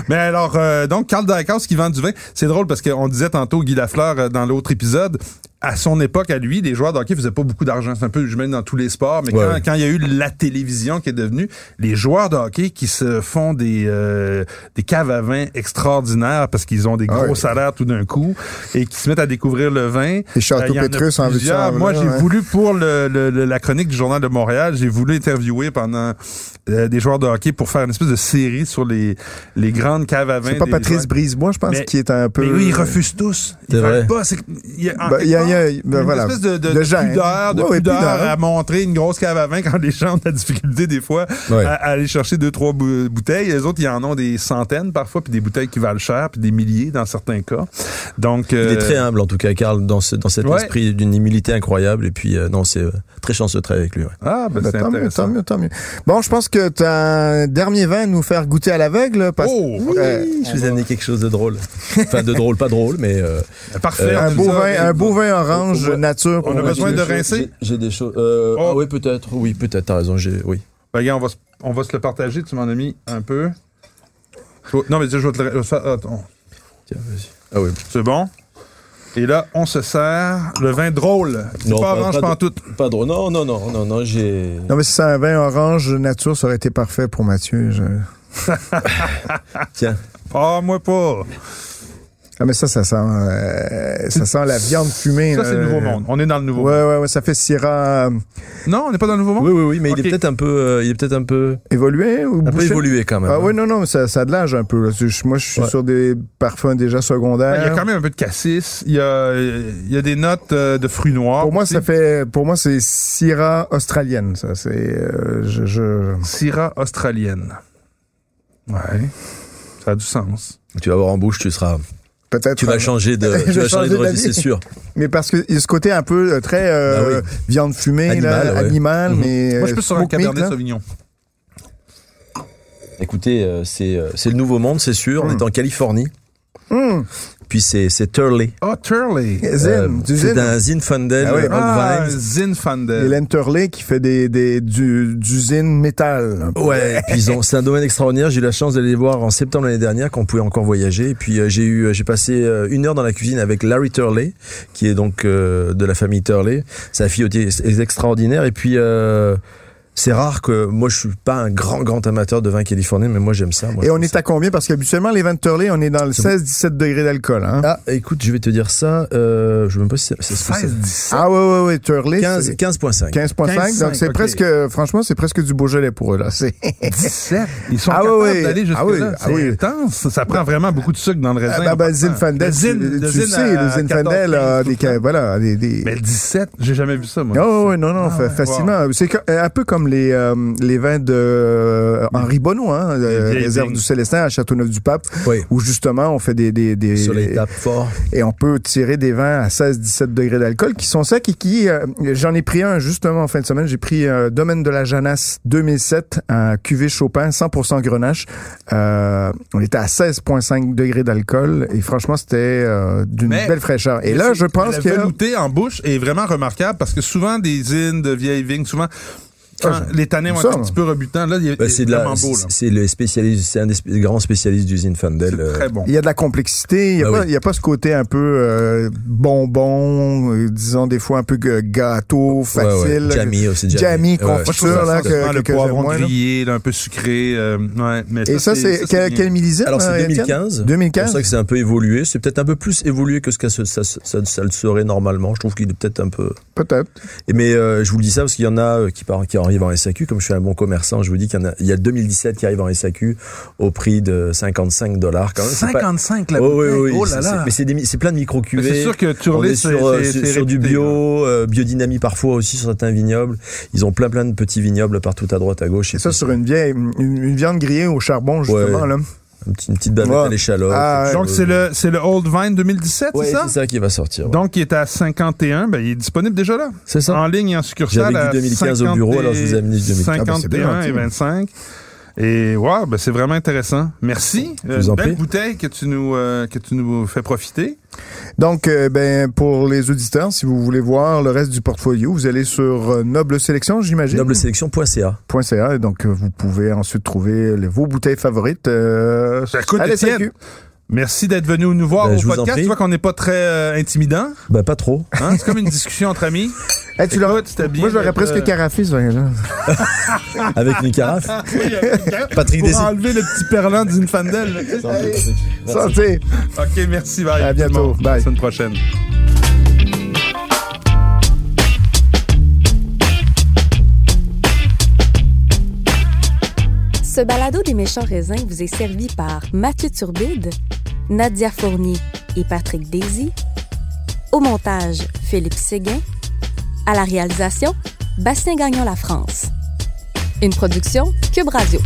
B: Mais alors, euh, donc, Carl Dykhouse qui vend du vin, c'est drôle parce qu'on disait tantôt Guy Lafleur euh, dans l'autre épisode, à son époque, à lui, les joueurs de hockey faisaient pas beaucoup d'argent. C'est un peu, je mène dans tous les sports, mais
D: Ouais,
B: quand,
D: ouais.
B: quand il y a eu la télévision qui est devenue, les joueurs de hockey qui se font des, euh, des caves à vin extraordinaires parce qu'ils ont des
C: Ah
B: gros
C: ouais.
B: salaires tout d'un coup et qui se mettent à découvrir le vin.
C: Et
B: Euh, il
C: Château
B: y en a
C: Pétrus en hein. vue de
B: plusieurs.
C: ça.
B: Moi,
C: voilà,
B: j'ai
C: ouais.
B: voulu pour le, le- le- la chronique du journal de Montréal, j'ai voulu interviewer pendant euh, des joueurs de hockey pour faire une espèce de série sur les les grandes caves à vin.
C: C'est pas
B: des
C: Patrice
B: joueurs.
C: Brisebois, je pense,
B: Mais-
C: qui est un peu.
B: Mais eux, ils refusent tous. Ils
D: C'est
B: veulent
D: vrai.
B: pas. c'est que- Il y a, en
C: Ben, il y a-
B: quelque
C: il y y a, ben,
B: une
C: voilà.
B: espèce de, de,
C: De
B: de
C: gêne.
B: pudeur, de
C: Ouais, ouais,
B: pudeur
C: pudeur. hein.
B: à montrer une grosse cave à vin quand les gens ont de la difficulté des fois
D: Ouais.
B: à, à aller chercher deux trois bou- bouteilles. Les autres, ils en ont des centaines parfois, puis des bouteilles qui valent cher, puis des milliers dans certains cas. Donc,
D: Il
B: euh,
D: est très humble en tout cas, Karl, dans, ce, dans cet
B: Ouais.
D: esprit d'une humilité incroyable. Et puis, euh, non, c'est euh, très chanceux de travailler avec lui. ouais.
B: ah, ben,
C: Ben,
B: c'est
C: tant mieux,
B: intéressant.
C: tant mieux, tant mieux. Bon, je pense que t'as un dernier vin à nous faire goûter à l'aveugle. Parce...
B: Oh,
C: Euh,
D: Je vous ai amené quelque chose de drôle. Enfin, de drôle, pas drôle, mais. euh,
B: parfait.
C: un beau
B: Ça,
C: vin, un beau vin orange
D: Ouais.
C: nature.
B: On
C: pour
B: a
C: la
B: besoin
C: vie.
B: de
D: j'ai-
B: rincer?
D: j'ai- J'ai des choses. euh,
B: Oh.
D: ah oui, peut-être. Oui, peut-être. T'as raison. J'ai. Oui.
B: Ben, regarde, on va, se- on va se le partager. Tu m'en as mis un peu. Non, mais je vais te le- je vais te le. Attends.
D: Tiens, vas-y. Ah oui.
B: C'est bon. Et là, on se sert le vin drôle. C'est
D: Non,
B: pas
D: pas-
B: orange
D: pas de-
B: pantoute.
D: Pas drôle. Non, non, non, non, non. J'ai.
C: Non, mais si c'est un vin orange nature, ça aurait été parfait pour Mathieu. je-
D: Tiens.
B: Ah, moi pas.
C: Ah, mais ça, ça sent, euh, ça sent la viande fumée.
B: Ça,
C: là.
B: c'est le nouveau monde. On est dans le nouveau
C: euh, Ouais,
B: monde.
C: ouais, ouais, ça fait Syrah euh,
B: Non, on n'est pas dans le nouveau monde?
D: Oui, oui, oui. Mais
B: Ok.
D: il est peut-être un peu. euh, il est peut-être un peu.
C: évolué ou
D: Un peu
C: bouché?
D: évolué quand même.
C: Ah
D: hein.
C: oui, non, non, mais ça, ça a de l'âge un peu. là. Je- Moi, je suis
D: Ouais.
C: sur des parfums déjà secondaires.
B: Ah, Ben, Il y a quand même un peu de cassis. Il y a, il y a des notes euh, de fruits noirs.
C: Pour moi, ça
B: aussi.
C: fait, pour moi, c'est Syrah australienne. Ça, c'est, euh, je, je-
B: Syrah australienne. Ouais. Ça a du sens.
D: Tu vas avoir en bouche, tu seras.
C: peut-être.
D: Tu vas changer de.
C: Je
D: tu
C: vais
D: vas changer de
C: changer
D: registre,
C: d'avis.
D: c'est sûr.
C: Mais parce que il y a ce côté un peu euh, très euh,
D: Ah
C: viande fumée,
D: Animal,
C: là,
D: ouais.
C: animal,
D: Mhm.
C: mais euh,
B: moi, je suis plus sur un cabernet
C: ça.
B: sauvignon.
D: Écoutez, euh, c'est euh, c'est le Nouveau Monde, c'est sûr.
C: Hmm.
D: On est en Californie.
C: Hum,
D: Puis c'est c'est Turley.
B: Ah, Turley.
C: Zin,
D: Euh,
C: du
D: C'est
C: Zin.
D: un Zinfandel
C: Ah oui.
D: Old
B: Ah,
D: Vines.
B: Zinfandel.
C: Hélène Turley qui fait des, des du, d'usine métal.
D: Ouais, et puis ils ont- c'est un domaine extraordinaire. J'ai eu la chance d'aller les voir en septembre l'année dernière quand on pouvait encore voyager. Et puis euh, j'ai eu, j'ai passé euh, une heure dans la cuisine avec Larry Turley, qui est donc euh, de la famille Turley. Sa fille était- est extraordinaire. Et puis euh, c'est rare que moi je suis pas un grand grand amateur de vin californien, mais moi j'aime ça. Moi,
C: Et
D: je
C: on
D: trouve
C: est
D: ça-
C: à combien? Parce qu'habituellement, les vins de Turley, on est dans le
D: C'est bon.
C: 16-17 degrés d'alcool. Hein?
D: Ah, écoute, je vais te dire ça. Euh, je sais même pas si c'est- c'est ce que c'est.
B: 16, 17.
C: Ah, ouais, ouais, ouais, Turley.
D: 15
C: c'est
D: 15.5.
C: 15,5. Donc,
B: 15,5,
C: c'est
B: ok.
C: presque, franchement, c'est presque du Beaujolais pour eux, là. C'est
B: 17. Ils sont
C: Ah oui,
B: capables
C: oui.
B: d'aller jusque
C: Ah oui,
B: là.
C: ah
B: C'est
C: oui.
B: intense. Ça, ça prend vraiment beaucoup de sucre dans le
C: Ah,
B: raisin.
C: bah, bah,
B: en
C: le
B: passant.
C: Zinfandel,
B: Le
C: tu,
B: zin-
C: tu
B: le zin
C: sais,
B: à
C: le Zinfandel
B: 14,
C: a des,
B: 15, tout le temps.
C: voilà, des, des...
B: Mais le 17, j'ai jamais vu ça, moi.
C: Oh, ouais, non, non,
B: Ah,
C: fa-
B: ouais,
C: facilement. C'est co- un peu comme les, euh, les vins de euh, Henri Bonneau, hein, euh,
B: vieilles
C: réserve
B: vignes.
C: du Célestin à Châteauneuf-du-Pape,
D: Oui.
C: où justement on fait des, des, des-
D: Sur les tapes fort.
C: et on peut tirer des vins à 16-17 degrés d'alcool qui sont secs et qui, euh, j'en ai pris un justement en fin de semaine, j'ai pris euh, Domaine de la Janasse 2007, un cuvée Chopin 100% Grenache. Euh, on était à 16,5 degrés d'alcool et franchement c'était euh, d'une
B: Mais-
C: belle fraîcheur. Et
B: Mais
C: là
B: c'est-
C: je pense
B: la
C: que...
B: velouté en bouche est vraiment remarquable parce que souvent des zines de vieilles vignes, souvent quand
C: Ah,
B: les tanins vont
C: ça,
B: être un
C: moi.
B: petit peu rebutants, là, il est, il
D: Bah,
B: est
D: c'est de la-
B: vraiment beau. là.
D: c'est le spécialiste, c'est un des spé- grands spécialistes du Zinfandel.
B: C'est
D: euh,
B: très bon.
C: Il y a de la complexité, il n'y a,
D: Ah
C: pas-
D: oui.
C: il y a pas ce côté un peu euh, bonbon, euh, disons des fois un peu gue- gâteau,
D: Ouais, ouais.
C: facile.
D: Jammy aussi. Jammy,
C: Jammy,
D: Ouais,
C: confiture,
D: ouais.
B: Moi, je trouve
C: sûr,
B: ça
C: là,
B: sent vraiment
C: que-
B: le
C: que- que
B: poivron
C: j'aime moins, là.
B: grillé, là, un peu sucré. euh, ouais, mais
C: Et ça, c'est quel,
B: bien.
C: quel millésime?
D: Alors
C: hein,
D: c'est
C: Étienne?
D: 2015. C'est pour
C: 2015.
D: ça que c'est un peu évolué. C'est peut-être un peu plus évolué que ce que ça, ça- ça- ça le serait normalement. Je trouve qu'il est peut-être un peu.
C: Peut-être.
D: Et mais euh, je vous le dis ça parce qu'il y en a euh, qui, par- qui arrivent en SAQ. Comme je suis un bon commerçant, je vous dis qu'il y en a. Il y a 2017 qui arrivent en SAQ au prix de 55 dollars quand même. C'est pas-
B: 55 la
D: Oh, oui,
B: bouteille.
D: oui,
B: oh
D: c'est-
B: là
D: c'est-
B: là.
D: Mais c'est des mi- c'est plein de micro
B: Mais
D: cuvées.
B: c'est sûr que
D: On
B: Turley,
D: est
B: c'est
D: sur, euh,
B: c'est-
D: sur-
B: c'est hein.
D: sur du
B: réputé, là.
D: bio, euh, biodynamie parfois aussi sur certains vignobles. Ils ont plein plein de petits vignobles partout à droite, à gauche.
C: Et ça,
D: puis,
C: sur une vieille, une, une viande grillée au charbon, justement,
D: Ouais.
C: là.
D: un petit- une petite bavette
C: Ouais.
D: à l'échalote.
C: Ah,
D: quelque
B: Donc,
D: chose.
B: c'est le, c'est le Old Vine 2017,
D: Ouais,
B: c'est ça?
D: c'est ça qui va sortir. ouais.
B: Donc, il est à 51. Ben, il est disponible déjà là.
D: C'est ça.
B: En ligne et en succursale.
D: J'avais dit
B: à
D: 2015 au bureau,
B: 50 et-
D: alors je vous ai amené du 2015.
C: Ah, ben, c'est
B: 51
C: bien,
B: et
C: tu sais.
B: 25. Et wow, ben, c'est vraiment intéressant. Merci.
D: Je vous en
B: Une belle
D: prie.
B: bouteille que tu nous euh, que tu nous fais profiter.
C: Donc, euh, ben, pour les auditeurs, si vous voulez voir le reste du portfolio, vous allez sur euh, Noble Sélection, j'imagine.
D: Nobleselection.ca.
C: .ca. Et donc, euh, vous pouvez ensuite trouver les- vos bouteilles favorites. Euh,
B: Ça coûte
C: à la
B: Étienne.
C: SAQ.
B: Merci d'être venu nous voir
D: Ben,
B: au
D: je vous en
B: podcast.
D: prie.
B: Tu vois qu'on n'est pas très euh, intimidant.
D: Bah pas trop.
B: hein? C'est comme une discussion entre amis.
C: Eh, tu l'aurais-
B: Écoute, c'était bien
C: Moi, je l'aurais
B: d'être,
C: presque
B: euh,
C: carafé, ce vin-là.
D: Avec une carafe.
B: Oui, avec-
D: Patrick
B: Pour
D: Dessé.
B: enlever le petit perlant d'une fandelle. là, tu sais.
C: Santé!
B: OK, merci. Bye.
C: À
B: tout le
C: bientôt.
B: monde.
C: Bye.
B: À la semaine prochaine.
A: Ce balado des méchants raisins vous est servi par Mathieu Turbide, Nadia Fournier et Patrick Daisy, Au montage, Philippe Séguin. À la réalisation, Bastien Gagnon La France. Une production Cube Radio.